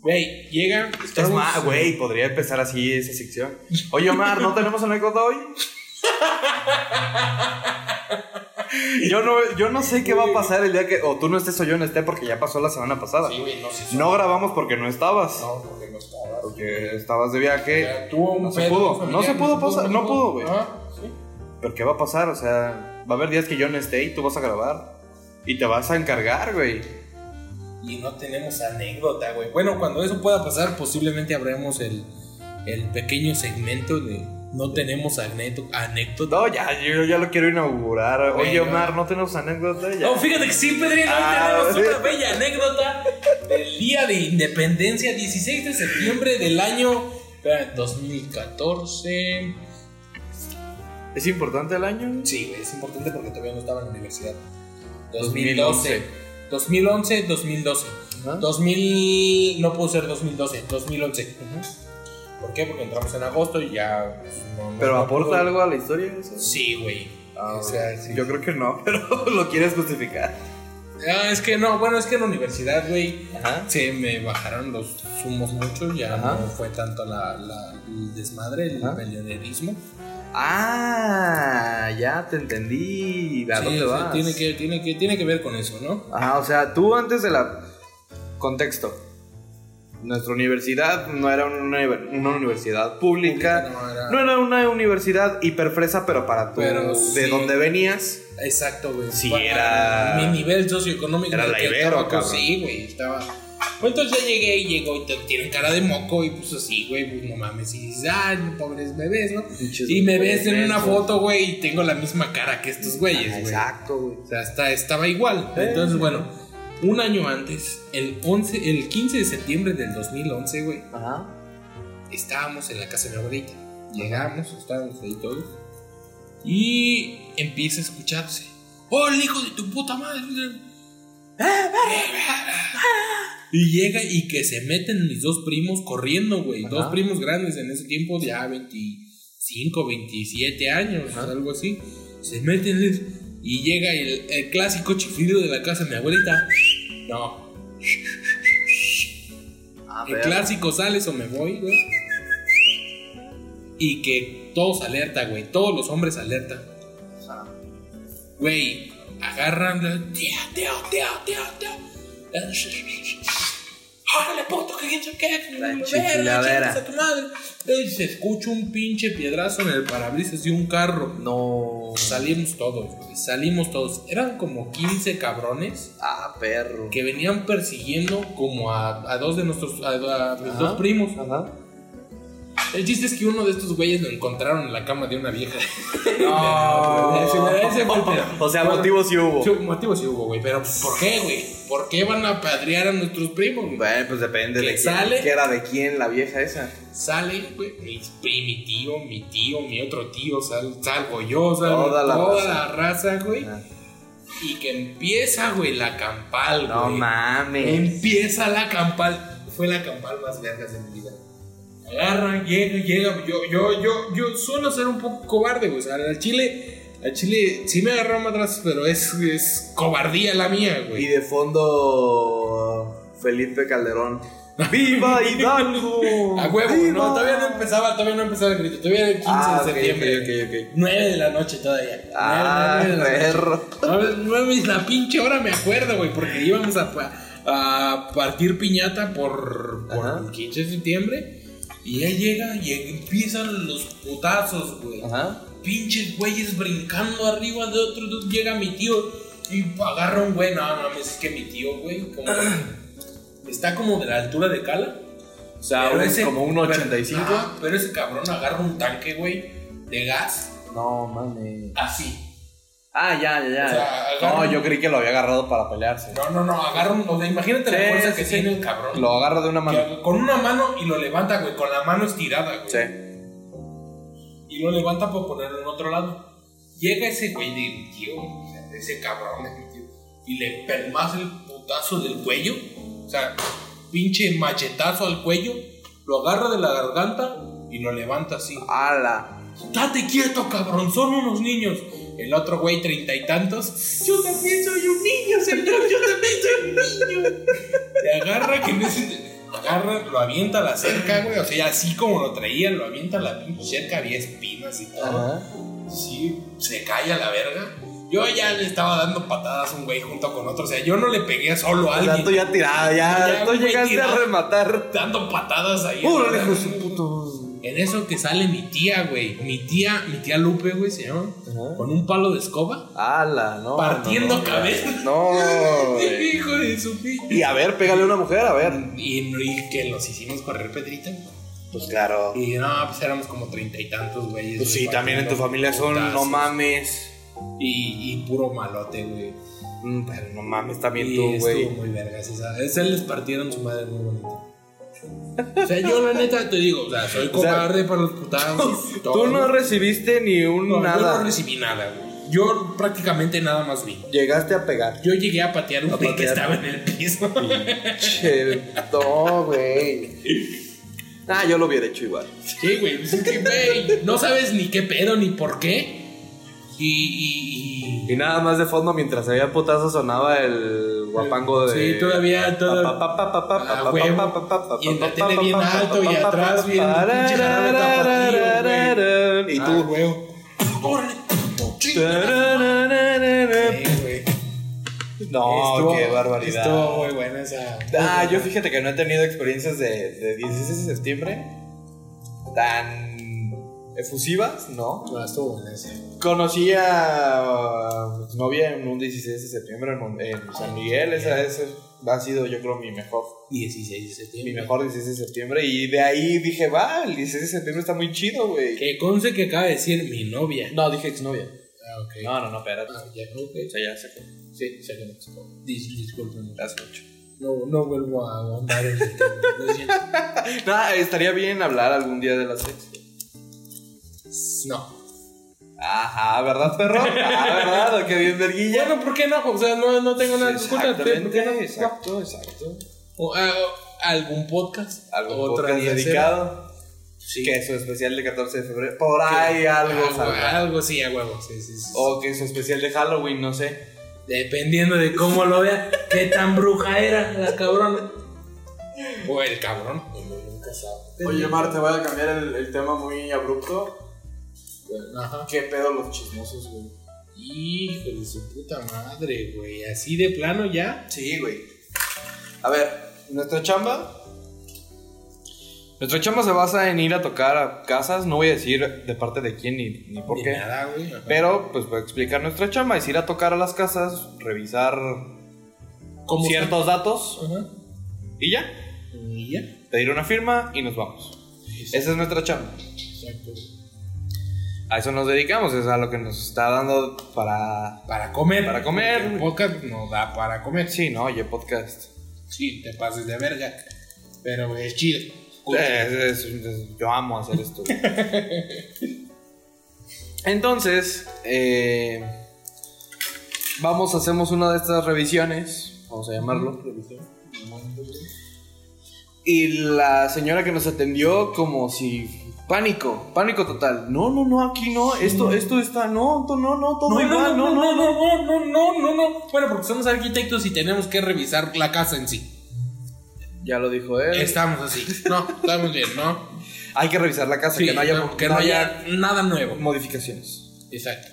B: Güey, llega.
A: es
B: estamos-
A: más, güey, podría empezar así esa sección. Oye, Omar, ¿no tenemos anécdota hoy? Yo no, yo no sé qué va a pasar el día que. O tú no estés o yo no esté, porque ya pasó la semana pasada.
B: Sí, güey, no sé si-
A: No grabamos porque no estabas.
B: No, porque no estaba.
A: Porque estabas de viaje.
B: Ya, Tuvo un
A: No se
B: pedo
A: pudo,
B: familiar,
A: no se pudo pasar, no pudo, güey.
B: Ah, sí.
A: Pero ¿qué va a pasar? O sea, va a haber días que yo no esté y tú vas a grabar. Y te vas a encargar, güey.
B: y no tenemos anécdota, güey. Bueno, cuando eso pueda pasar, posiblemente habremos el, el pequeño segmento de no tenemos anécdo- anécdota.
A: No, ya, yo ya lo quiero inaugurar. Oye,
B: Bueno.
A: Omar, ¿no tenemos anécdota? Ya.
B: No, fíjate que sí, Pedrito,
A: Ah,
B: tenemos
A: sí.
B: una bella anécdota del día de independencia, 16 de septiembre del año espera, 2014.
A: ¿Es importante el año?
B: Sí, güey, es importante porque todavía no estaba en la universidad.
A: 2011.
B: 2012. 2011, 2012.
A: Ajá.
B: 2000. No pudo ser 2012, 2011. ¿Por qué? Porque entramos en agosto y ya. pues, no- no-
A: ¿Pero
B: no
A: aporta
B: pudo-
A: algo a la historia eso?
B: Sí, güey.
A: Ah,
B: o sea, sí.
A: Yo creo que no, pero lo quieres justificar.
B: Ah, es que no, bueno, es que en la universidad, güey,
A: Ajá.
B: se me bajaron los sumos mucho, ya
A: Ajá.
B: no fue tanto la, la- el desmadre, el
A: Ajá.
B: peleonerismo.
A: Ah, ya te entendí. ¿A
B: Sí,
A: dónde
B: o sea,
A: vas?
B: tiene, que, tiene, que, tiene que ver con eso, ¿no?
A: Ajá, o sea, tú antes de la. Contexto. Nuestra universidad no era una, univer- una universidad pública.
B: Pública, no, era-
A: no era una universidad hiperfresa, pero para tú.
B: Pero
A: de
B: sí.
A: donde venías.
B: Exacto, güey.
A: Sí,
B: Para
A: era-
B: Mi nivel socioeconómico.
A: Era
B: en el
A: la
B: que
A: Ibero,
B: estaba, pues,
A: cabrón.
B: Sí, güey, estaba... Pues entonces ya llegué y llegó y te tienen cara de moco y pues así, güey, pues no mames. Y dices, ay, pobres bebés, ¿no?
A: Pinches
B: y me ves en
A: bebés,
B: una
A: güey.
B: foto, güey, y tengo la misma cara que estos güeyes,
A: Ah,
B: güey.
A: Exacto, güey.
B: O sea, hasta estaba igual. Entonces, bueno, un año antes, el, 11, el 15 de septiembre del 2011, güey,
A: Ajá.
B: estábamos en la casa de mi abuelita. Llegamos, estábamos ahí todos. Y empieza a escucharse. ¡Oh, el hijo de tu puta madre! ¡Eh, Y llega y que se meten mis dos primos corriendo, güey.
A: Ajá.
B: Dos primos grandes en ese tiempo, ya 25, 27 años, algo así. Se meten y llega el, el clásico chiflido de la casa de mi abuelita. No,
A: A
B: el
A: ver.
B: clásico sales o me voy, güey. Y que todos alerta, güey. Todos los hombres alerta. Güey, agarran. la- Tío, tío, tío, tío, tío. Órale, puto, que quién sabe qué.
A: La
B: Verga,
A: chifladera.
B: chingas a tu madre. Y se escucha un pinche piedrazo en el parabrisas de un carro.
A: No.
B: Salimos todos, güey. Salimos todos. Eran como 15 cabrones
A: Ah, perro.
B: que venían persiguiendo como a, a dos de nuestros a- a mis
A: Ajá.
B: dos primos.
A: Ajá.
B: El chiste es que uno de estos güeyes lo encontraron en la cama de una vieja.
A: No.
B: Ese güey- ese fue el pedo.
A: O sea,
B: Bueno,
A: motivos sí hubo.
B: sí, motivo sí hubo, güey. Pero pues, ¿por qué, güey? ¿Por qué van a padrear a nuestros primos, güey?
A: Bueno, pues depende
B: ¿Que
A: de quién.
B: sale?
A: que era de quién la vieja esa.
B: Sale, güey, mi, pri- mi tío, mi tío, mi otro tío, sal- salgo yo, salgo
A: Toda
B: toda
A: la
B: la
A: raza.
B: raza, güey.
A: Ah.
B: Y que empieza, güey, la campal, güey.
A: No mames.
B: Empieza la campal. Fue la campal más vergas de mi vida. Agarran, llega, llega. Yo, yo, yo, yo suelo ser un poco cobarde, güey. O sea, al chile, al chile sí me agarraron atrás, pero es, es cobardía la mía,
A: Y
B: güey.
A: de fondo Felipe Calderón. ¡Viva Hidalgo!
B: A huevo,
A: ¡Viva!
B: no, todavía no empezaba, todavía no empezaba el grito, todavía era el 15
A: Ah,
B: de
A: ok,
B: septiembre.
A: ok, ok, ok.
B: 9 de la noche todavía.
A: Ah,
B: 9 de la noche.
A: perro.
B: No, no mames, la pinche hora me acuerdo, güey, porque íbamos a, pa- a partir piñata por, por
A: Ajá.
B: el 15 de septiembre. Y ya llega y empiezan los putazos, güey.
A: Ajá.
B: Pinches güeyes brincando arriba de otro. dude. Llega mi tío y agarra un güey. No mames, es que mi tío, güey, como- está como de la altura de Cala.
A: O sea,
B: Pero
A: un-
B: ese-
A: como un
B: pero-
A: 85.
B: Ajá, pero ese cabrón agarra un tanque, güey, de gas.
A: No mames.
B: Así.
A: Ah, ya, ya, ya.
B: O sea, agarra-
A: no, yo creí que lo había agarrado para pelearse.
B: No, no, no, agarra un. O sea, imagínate
A: Sí,
B: la fuerza
A: sí,
B: que
A: sí.
B: tiene el cabrón.
A: Lo agarra de una mano.
B: Que con una mano y lo levanta, güey, con la mano estirada, güey.
A: Sí.
B: Y lo levanta para ponerlo en otro lado. Llega ese güey de mi tío, o sea, de ese cabrón de mi tío, y le permaza el putazo del cuello, o sea, pinche machetazo al cuello, lo agarra de la garganta y lo levanta así.
A: ¡Hala!
B: ¡Date quieto, cabrón! Son unos niños. El otro güey, treinta y tantos. Yo también soy un niño, señor. Yo también soy un niño. Te agarra que no es- este, Agarra, lo avienta a la cerca, güey. O sea, así como lo traían, lo avienta a la pinche cerca. Había espinas y todo.
A: Ajá.
B: Sí, se cae a la verga. Yo ya le estaba dando patadas a un güey junto con otro. O sea, yo no le pegué solo a
A: O sea, tú
B: alguien.
A: ya tirado, ya.
B: Ya,
A: tú
B: güey,
A: llegaste a
B: tirado.
A: rematar.
B: Dando patadas ahí.
A: ¡Puro hijo de su puto!
B: En eso que sale mi tía, güey. Mi tía, mi tía Lupe, güey, se llama.
A: Ajá.
B: Con un palo de escoba.
A: ¡Hala! No.
B: Partiendo
A: no, no,
B: cabezas.
A: No. güey.
B: Hijo de su pinche.
A: Y a ver, pégale a una mujer, a ver.
B: Y, y que nos hicimos correr pedrita.
A: Pues claro.
B: Y no, pues éramos como treinta y tantos, güeyes.
A: Pues
B: güey,
A: sí, también en tu
B: partiendo
A: familia son no
B: putazos.
A: mames.
B: Y, y puro malote, güey.
A: Mm, Pero no mames, también
B: Y
A: tú,
B: estuvo
A: güey.
B: muy vergas esa. Esa les partieron su madre muy bonito. O sea, yo la neta te digo, o sea, soy
A: O sea,
B: cobarde para los putados. y todo.
A: Tú no recibiste ni un
B: No, Yo no
A: nada.
B: recibí nada, güey. Yo prácticamente nada más vi.
A: Llegaste a pegar.
B: Yo llegué a patear un
A: A
B: pie que
A: patear.
B: estaba en el piso.
A: Che, no, güey. Ah, yo lo hubiera hecho igual.
B: Sí, güey, pues es que, güey, no sabes ni qué pedo ni por qué. Y. y,
A: Y nada más de fondo, mientras había putazo, sonaba el guapango de.
B: Sí, todavía, todavía.
A: Pa, pa, pa, pa, pa,
B: Ah,
A: pa,
B: huevo.
A: pa, pa, pa, pa,
B: Y en la
A: pa,
B: tele
A: pa,
B: bien
A: pa, pa,
B: alto y
A: pa, pa,
B: atrás
A: pa,
B: bien
A: pa,
B: pinche jarabe tapatío, güey.
A: tararararararán.
B: y
A: Y tú.
B: Ah, güey. ¡Órale! Ah, Chinga.
A: tararararararán.
B: Sí, güey.
A: No,
B: Estuvo-
A: qué barbaridad.
B: Estuvo muy buena esa.
A: Ah, yo fíjate que no he tenido experiencias de, de 16 de septiembre tan efusivas, ¿no?
B: No, estuvo buena esa.
A: Conocí a uh, mi novia en un 16 de septiembre en, Mon- en San Miguel, esa, esa ha sido yo creo mi mejor,
B: 16 de
A: mi
B: septiembre.
A: mejor 16 de septiembre y de ahí dije, va, el 16 de septiembre está muy chido, güey.
B: Que conce que acaba de decir mi novia.
A: No, dije exnovia.
B: Ah, ok.
A: No, no, no, espérate.
B: Ah, ya, ok.
A: O sea, ya se fue.
B: Sí, se conozco. Dis- Disculpen.
A: Las ocho.
B: No, no vuelvo a ahondar en el tema. Lo siento.
A: No, Ah, estaría bien hablar algún día de las sex.
B: No.
A: Ajá, ¿verdad, perro? Ah, ¿verdad? ¿O qué bien, verguilla?
B: Bueno, ¿por qué no? O sea, no, no tengo nada que discutir.
A: Exactamente,
B: ¿Por qué no?
A: exacto, exacto.
B: O, ah, o ¿Algún podcast?
A: Algún
B: ¿Otra
A: podcast
B: de hacer?
A: dedicado.
B: Sí.
A: Que su especial de 14 de febrero. Por ahí algo
B: Ah, güey,
A: saldrá.
B: algo sí, a huevo. Sí, sí, sí.
A: O que su especial de Halloween, no sé.
B: Dependiendo de cómo lo vea, qué tan bruja era la cabrona. O el cabrón. Uno nunca sabe.
D: Oye, Mar, te voy a cambiar el, el tema muy abrupto.
B: Ajá.
D: ¿Qué pedo los chismosos, güey?
B: Hijo de su puta madre, güey. Así de plano ya.
D: Sí, güey. A ver, nuestra chamba.
A: Nuestra chamba se basa en ir a tocar a casas. No voy a decir de parte de quién ni, ni por
B: Ni
A: qué.
B: nada, güey. Ajá.
A: Pero, pues, voy a explicar nuestra chamba. Es ir a tocar a las casas, revisar
B: ¿Cómo
A: ciertos datos
B: está? Ajá.
A: y ya.
B: Y ya.
A: Pedir una firma y nos vamos. Esa es nuestra chamba.
B: Exacto.
A: A eso nos dedicamos, es a lo que nos está dando para...
B: Para comer.
A: Para comer.
B: Porque El podcast no da para comer.
A: Sí, no, oye, podcast.
B: Sí, te pases de verga. Pero güey, es chido.
A: Eh, es- es- es- yo amo hacer esto. güey. Entonces, eh, vamos, hacemos una de estas revisiones, vamos a llamarlo. Y la señora que nos atendió como si... Pánico, pánico total. No, no, no, aquí no. Esto, esto está, no, to- no, no, todo igual, no, no, no.
B: no, no, no, no, no. Bueno, porque somos arquitectos y tenemos que revisar la casa en sí.
A: Ya lo dijo él.
B: Estamos así. No, estamos bien, ¿no?
A: Hay que revisar la casa,
B: Sí,
A: que no haya,
B: que no haya nada nuevo.
A: modificaciones.
B: Exacto.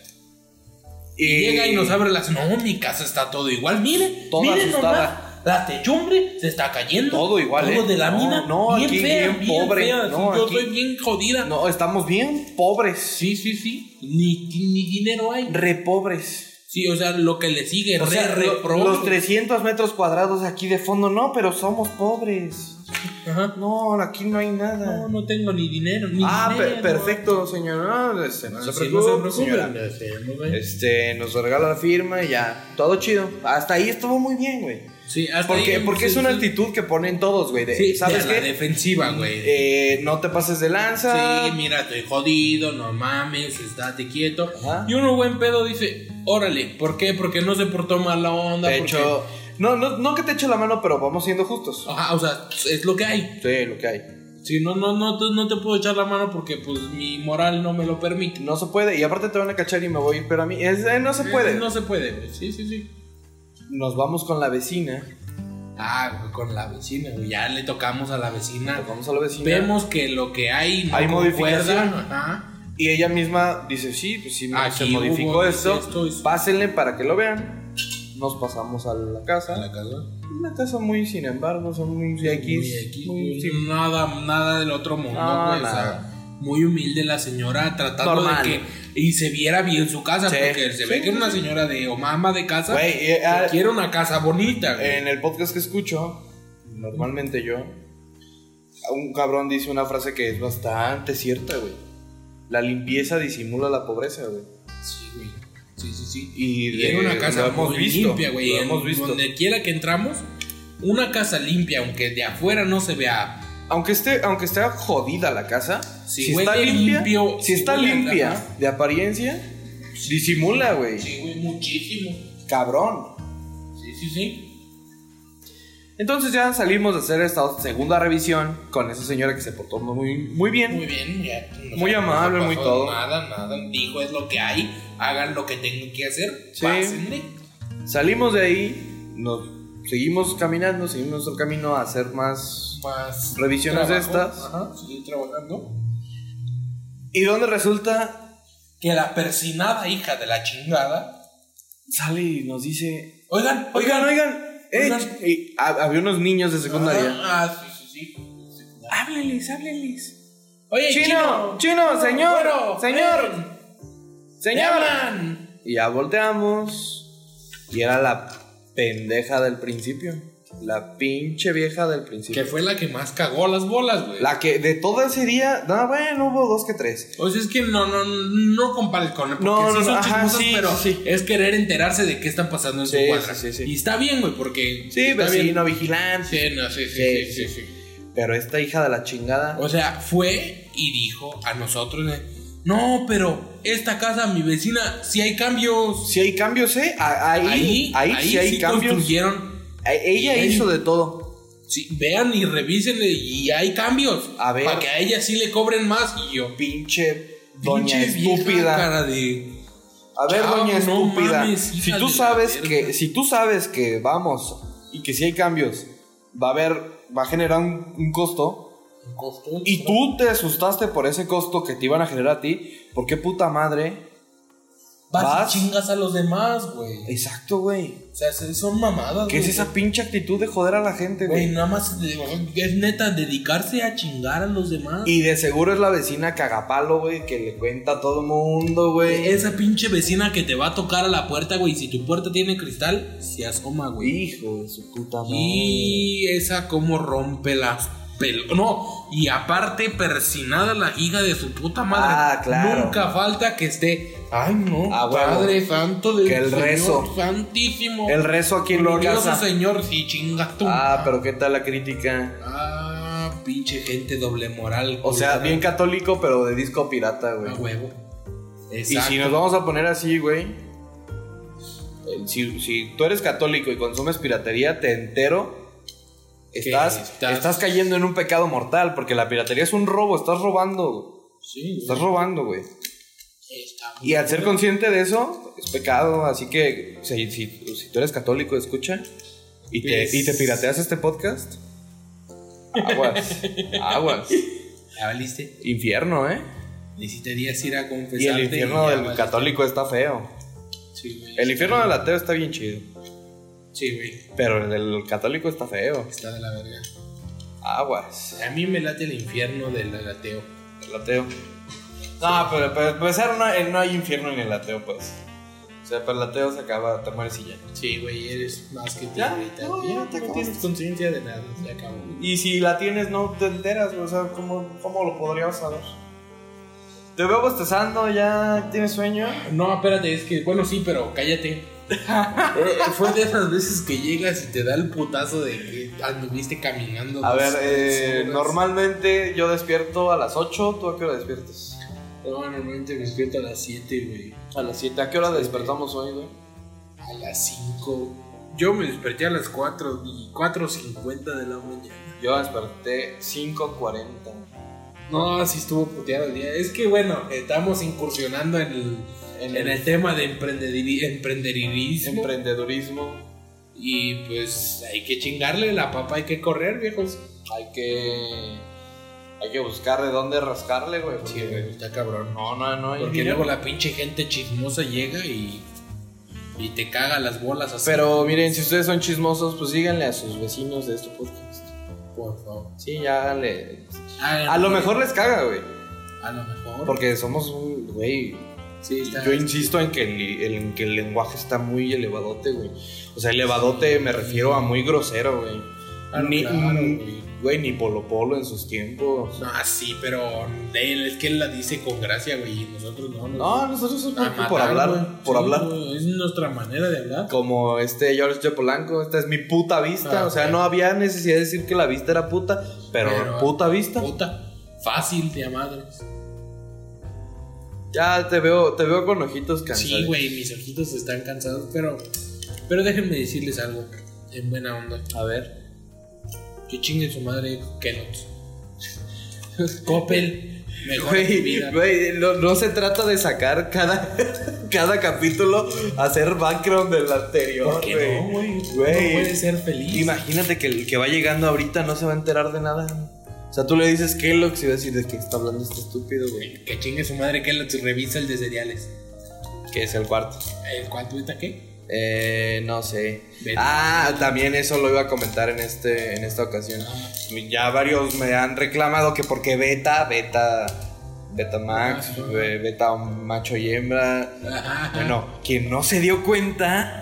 B: Y llega y nos abre las. No, mi casa está todo igual. Mire,
A: Toda
B: mire
A: asustada.
B: nomás. La techumbre se está cayendo.
A: Todo igual,
B: Todo
A: ¿eh?
B: de la
A: No,
B: mina.
A: no,
B: bien
A: aquí
B: fea,
A: bien pobre.
B: fea.
A: No,
B: Yo
A: aquí-
B: estoy bien jodida.
A: No, estamos bien pobres.
B: Sí, sí, sí. Ni, ni dinero hay.
A: Re pobres.
B: Sí, o sea, lo que le sigue.
A: O
B: re,
A: sea,
B: re,
A: lo-
B: pro.
A: los 300 metros cuadrados aquí de fondo no, pero somos pobres.
B: Ajá.
A: No, aquí no hay nada.
B: No, no tengo ni dinero. Ni
A: ah, per-
B: dinero.
A: perfecto, señora. No, este, no
B: No
A: se
B: se
A: preocupe,
B: preocupe,
A: señora.
B: no se preocupe.
A: Este, nos regala la firma y ya. Todo chido. Hasta ahí estuvo muy bien, güey.
B: Sí, hasta
A: Porque,
B: ahí,
A: porque
B: sí,
A: es una
B: sí.
A: actitud que ponen todos, güey. de,
B: Sí,
A: ¿Sabes
B: de la
A: qué?
B: defensiva, güey.
A: Eh, no te pases de lanza.
B: Sí, mira, estoy jodido, no mames, estate quieto.
A: Ajá.
B: Y uno buen pedo dice, órale, ¿por qué? Porque no se portó mala onda.
A: De
B: porque-
A: hecho, no, no, no que te eche la mano, pero vamos siendo justos.
B: Ajá, o sea, es lo que hay.
A: Sí, lo que hay.
B: Si no, no, no, te- no te puedo echar la mano porque pues mi moral no me lo permite.
A: No se puede. Y aparte te van a cachar y me voy a ir, pero a mí. es- eh, no se puede.
B: No se puede, güey. Sí, sí, sí.
A: Nos vamos con la vecina.
B: Ah, güey, con la vecina, güey. Ya le tocamos a la vecina.
A: Nos vamos a la vecina.
B: Vemos que lo que hay no
A: Hay modificación.
B: concuerda, Ajá.
A: Y ella misma dice: Sí, pues sí,
B: Aquí
A: se modificó
B: hubo
A: esto.
B: esto y-
A: Pásenle para que lo vean. Nos pasamos a la
B: A
A: casa.
B: la casa.
A: Una casa muy, sin embargo, son muy
B: Muy
A: X.
B: X,
A: Muy
B: güey.
A: sí.
B: nada, nada del otro mundo,
A: No,
B: güey, o sea,
A: nada.
B: muy humilde la señora tratando
A: Normal.
B: de que y se viera bien su casa,
A: Sí.
B: porque se ve
A: Sí,
B: que es una señora de o mamá de casa
A: Güey,
B: que
A: eh, ah,
B: quiere una casa bonita, güey.
A: En el podcast que escucho, normalmente yo, a un cabrón dice una frase que es bastante cierta, güey. La limpieza disimula la pobreza, güey.
B: Sí, güey. Sí, sí, sí.
A: Y de-
B: Quiere una casa
A: lo hemos
B: muy
A: visto,
B: limpia, güey.
A: lo
B: en
A: hemos visto.
B: Donde quiera que entramos, una casa limpia, aunque de afuera no se vea
A: Aunque esté, aunque esté jodida la casa,
B: Si
A: si está
B: huele
A: limpia,
B: limpio,
A: si
B: si
A: está
B: huele,
A: limpia
B: ajá.
A: de apariencia, disimula, güey.
B: Sí, güey, muchísimo.
A: Cabrón.
B: Sí, sí, sí.
A: Entonces ya salimos de hacer esta segunda revisión con esa señora que se portó muy, muy bien.
B: Muy bien, ya. no
A: Muy
B: sé,
A: amable,
B: no
A: muy
B: pasó
A: todo.
B: Nada, nada. Dijo es lo que hay. Hagan lo que tengan que hacer.
A: Sí.
B: Pásenle.
A: Salimos de ahí, nos seguimos caminando, seguimos nuestro camino a hacer más
B: Más
A: Revisiones de
B: trabajo.
A: estas.
B: Ajá, seguir trabajando.
A: Y donde resulta,
B: Que la persinada hija de la chingada.
A: sale y nos dice:
B: Oigan,
A: Oigan,
B: oigan.
A: oigan, eh,
B: Oigan.
A: y ha- había unos niños de secundaria.
B: Ah, ah, sí, sí, sí.
A: Háblenles, háblenles.
B: Oye,
A: Chino, chino, señor,
B: güero,
A: señor,
B: ven,
A: señora.
B: llaman.
A: Y ya volteamos. Y era la pendeja del principio. La pinche vieja del principio.
B: Que fue la que más cagó las bolas, güey.
A: La que de todo ese día, no, bueno, hubo dos que tres.
B: O sea, es que no, no, no compares con él. Porque
A: No,
B: sí
A: no,
B: son
A: no, ajá,
B: chismosas,
A: sí,
B: pero
A: sí, sí.
B: es querer enterarse de qué está pasando en
A: Sí,
B: su cuadra.
A: sí, sí, sí.
B: Y está bien, güey, porque.
A: Sí,
B: está
A: vecino,
B: bien.
A: vigilante.
B: Sí, no, sí, sí,
A: Sí,
B: sí, sí, sí.
A: Pero esta hija de la chingada.
B: O sea, fue y dijo a nosotros: eh, No, pero esta casa, mi vecina, si hay cambios.
A: Si hay cambios, ¿eh? A- Ahí, ahí, sí hay cambios.
B: construyeron.
A: A- Ella
B: Ahí.
A: hizo de todo.
B: Sí, vean y revisen y hay cambios.
A: A ver.
B: Para que a ella sí le cobren más. Y yo,
A: Pinche doña
B: pinche vieja
A: estúpida.
B: cara de.
A: A ver,
B: Chao,
A: doña
B: no
A: estúpida.
B: mames,
A: si
B: hija
A: tú
B: de la
A: sabes
B: verga.
A: que, si tú sabes que vamos y que si hay cambios, va a haber, va a generar un, un costo.
B: "Costó un
A: Y tú te asustaste por ese costo que te iban a generar a ti. ¿Por qué puta madre?
B: Vas, y
A: Vas.
B: chingas a los demás, güey.
A: Exacto, güey.
B: O sea, se- son mamadas,
A: ¿Qué es
B: güey.
A: esa pinche actitud de joder a la gente,
B: Güey,
A: güey?
B: nada más de- es neta dedicarse a chingar a los demás.
A: Y de seguro es la vecina cagapalo, güey, que le cuenta a todo mundo, güey.
B: esa pinche vecina que te va a tocar a la puerta, güey. Si tu puerta tiene cristal, se asoma, güey.
A: Hijo de su puta madre.
B: Y esa como rompe las pelotas. No, y aparte persinada la hija de su puta madre.
A: Ah, claro.
B: Nunca falta que esté. Ay, no.
A: Ah, huevo.
B: Padre santo del
A: Que el
B: Señor
A: rezo.
B: Santísimo.
A: El rezo aquí en la
B: Glorioso
A: casa.
B: señor, sí, chinga tú.
A: Ah, pero ¿qué tal la crítica?
B: Ah, pinche gente doble moral.
A: O sea,
B: culera.
A: bien católico, pero de disco pirata, güey.
B: A huevo.
A: y
B: Exacto.
A: si nos vamos a poner así, güey. eh, Si, si tú eres católico y consumes piratería, te entero. Estás,
B: estás-
A: estás cayendo en un pecado mortal, porque la piratería es un robo, estás robando.
B: Sí,
A: Estás robando, güey.
B: está muy
A: Y al ser
B: bueno.
A: consciente de eso, es pecado. Así que si, si- si tú eres católico, escucha. Y
B: Pues
A: te, y te pirateas este podcast. Aguas. Aguas.
B: Ya valiste.
A: Infierno, ¿eh?
B: Necesitarías ir a confesarte.
A: Y el infierno
B: ya
A: del
B: valiste.
A: católico está feo.
B: Sí, güey.
A: El infierno del ateo está bien chido.
B: Sí, güey.
A: Pero el del católico está feo.
B: Está de la verga.
A: Aguas.
B: A mí me late el infierno del ateo.
A: El ateo. No, pero para empezar, no, hay- no hay infierno en el ateo, pues. O sea, para el ateo se acaba, te mueres y ya.
B: Sí, güey, eres más que tú
A: Ya,
B: ahorita.
A: no, ya te acabas.
B: tienes conciencia de nada. Se acabó.
A: Y si la tienes, no te enteras, güey. O sea, ¿cómo, cómo lo podrías saber? Te veo bostezando, ya tienes sueño.
B: No, espérate, es que, bueno, sí, pero cállate. Eh, fue de esas veces que llegas y te da el putazo de que anduviste caminando.
A: A
B: dos-
A: ver,
B: dos
A: eh,
B: horas.
A: normalmente yo despierto a las 8. ¿Tú a qué hora despiertas?
B: No, normalmente me despierto a las 7, güey.
A: A las 7. ¿A qué hora despertamos hoy, güey?
B: A las 5. Yo me desperté a las 4 y 4.50 de la mañana.
A: Yo desperté 5.40.
B: No, sí estuvo puteado el día. Es que, bueno, estamos incursionando en el,
A: En el-
B: en el tema de emprendediri- emprenderismo.
A: emprendedurismo.
B: y pues hay que chingarle la papa, hay que correr, viejos.
A: Hay que. Hay que buscar de dónde rascarle, güey.
B: Sí,
A: porque-
B: güey, está cabrón.
A: No, no, no. y
B: Porque
A: mira-
B: luego la pinche gente chismosa llega y, y te caga las bolas así.
A: Pero miren, si ustedes son chismosos, pues síganle a sus vecinos de este podcast.
B: Por favor.
A: Sí, ya háganle.
B: Háganlo,
A: A lo
B: güey.
A: mejor les caga, güey.
B: A lo mejor.
A: Porque somos un. Güey.
B: Sí, está-
A: Yo insisto en que, el, en que el lenguaje está muy elevadote, güey. O sea, elevadote me refiero a muy grosero, güey.
B: Claro,
A: ni,
B: claro,
A: güey.
B: güey.
A: ni Polo Polo en sus tiempos.
B: No, ah, sí, pero él, es que él la dice con gracia, güey, y nosotros no. nos-
A: No, nosotros
B: a
A: somos por
B: matar,
A: hablar,
B: güey.
A: por
B: Sí,
A: hablar.
B: güey, Es nuestra manera de hablar.
A: como este George de Polanco, esta es mi puta vista,
B: Ah,
A: o sea,
B: ok.
A: no había necesidad de decir que la vista era puta, pero,
B: Pero, ah,
A: puta vista.
B: Puta, fácil de madre.
A: Ya te veo, te veo con ojitos cansados.
B: Sí, güey, mis ojitos están cansados, pero, pero déjenme decirles algo en buena onda.
A: A ver.
B: Que chingue su madre, Kenot. Coppel, mejor tu vida.
A: Güey, güey, no, no se trata de sacar cada, cada capítulo hacer background del anterior,
B: ¿Por qué
A: güey.
B: no, güey? No
A: Güey.
B: puede ser feliz.
A: Imagínate que el que va llegando ahorita no se va a enterar de nada. O sea, tú le dices Kellogg's y va a decir de qué está hablando este estúpido, güey.
B: Que chingue su madre, Kenot, revisa el de cereales.
A: Que es el cuarto.
B: ¿El cuánto está qué?
A: Eh, no sé.
B: Vete.
A: Ah, también eso lo iba a comentar en este en esta ocasión. Ya varios me han reclamado que porque beta, beta, beta max,
B: Ajá.
A: eh, beta macho y hembra.
B: Ajá.
A: Bueno, quien no se dio cuenta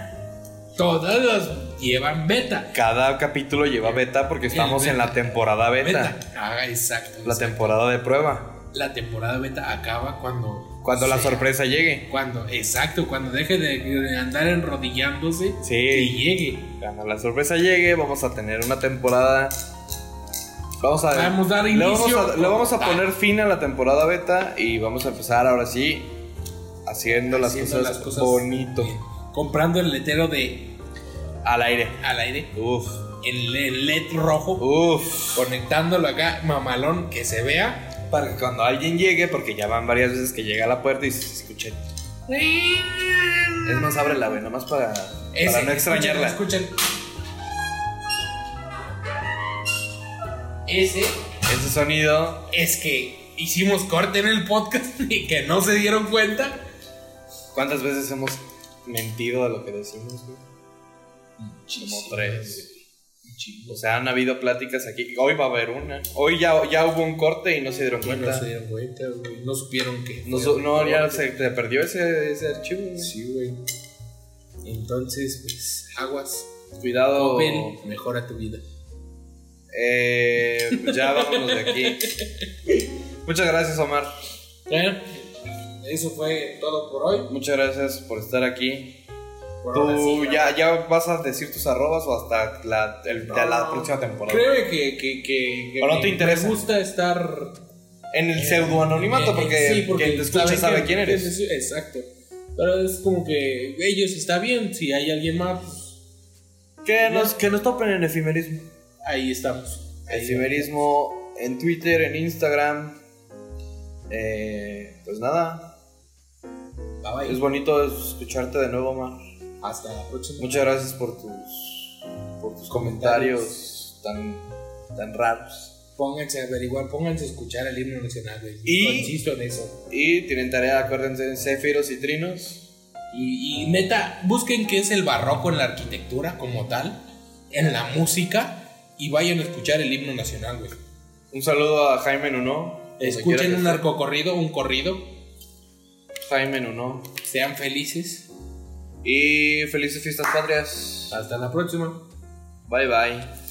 B: Todas las llevan beta.
A: Cada capítulo lleva beta porque estamos en la temporada beta.
B: Ah,
A: La
B: exacto. exacto.
A: temporada de prueba.
B: La temporada beta acaba cuando.
A: Cuando la
B: se-
A: sorpresa llegue.
B: Cuando, exacto, cuando deje de, de andar enrodillándose
A: Sí.
B: y llegue.
A: Cuando la sorpresa llegue, vamos a tener una temporada. Vamos a,
B: Vamos a dar
A: le vamos
B: inicio
A: a- le vamos a
B: con- Ah.
A: poner fin a la temporada beta y vamos a empezar ahora sí haciendo, las,
B: haciendo
A: cosas bonito.
B: bien. Comprando el letrero de
A: Al aire.
B: al aire,
A: Uf,
B: el, el LED rojo,
A: uf.
B: conectándolo acá, mamalón, que se vea.
A: Para que cuando alguien llegue, porque ya van varias veces que llega a la puerta y se se escuche. Es más, ábrela, güey, nomás para,
B: Ese,
A: para no extrañarla.
B: Escuchen. Ese
A: Ese sonido.
B: es que hicimos corte en el podcast y que no se dieron cuenta.
A: ¿Cuántas veces hemos mentido a lo que decimos, güey? Como tres. O sea, han habido pláticas aquí. Hoy va a haber una. Hoy ya, ya hubo un corte y no se dieron
B: Y
A: cuenta.
B: No
A: No,
B: se dieron cuenta, güey. No supieron que.
A: su- no, ya se te perdió ese, ese archivo. güey.
B: Sí, güey. Entonces, pues, aguas.
A: Cuidado.
B: Joven, mejora tu vida.
A: Eh, pues ya vámonos de aquí. Muchas gracias, Omar.
B: Bueno, eso fue todo por hoy.
A: Muchas gracias por estar aquí.
B: Por ahora
A: ¿Tú
B: sí.
A: ya, ya vas a decir tus arrobas o hasta la, el- de la próxima temporada?
B: Creo que, que, que, que
A: ¿O no
B: me-
A: te interesa?
B: me gusta estar.
A: En el pseudoanonimato,
B: eh,
A: porque,
B: sí,
A: quien te escucha
B: saben
A: sabe
B: que-
A: quién
B: que-
A: eres.
B: sí, Exacto. Pero es como que ellos está bien. Si hay alguien más, pues,
A: Que nos, que nos topen en efimerismo.
B: ahí estamos. Ahí
A: Efimerismo en Twitter, en Instagram. Eh, pues nada,
B: va, va,
A: es
B: y
A: bonito escucharte de nuevo, Omar.
B: Hasta la próxima.
A: Muchas gracias por tus, por tus comentarios tan, tan raros.
B: Pónganse a averiguar, pónganse a escuchar el himno nacional, güey.
A: Y-
B: Yo Insisto en eso.
A: Y tienen tarea, acuérdense, en Céfiros y Trinos.
B: Y, y neta, busquen qué es el barroco en la arquitectura como tal, en la música, y vayan a escuchar el himno nacional, güey.
A: Un saludo a Jaime Nuno. donde quiera
B: Escuchen
A: que
B: un
A: esté.
B: narcocorrido, un corrido,
A: Jaime Nuno.
B: sean felices.
A: Y felices fiestas patrias.
B: Hasta la próxima.
A: Bye bye.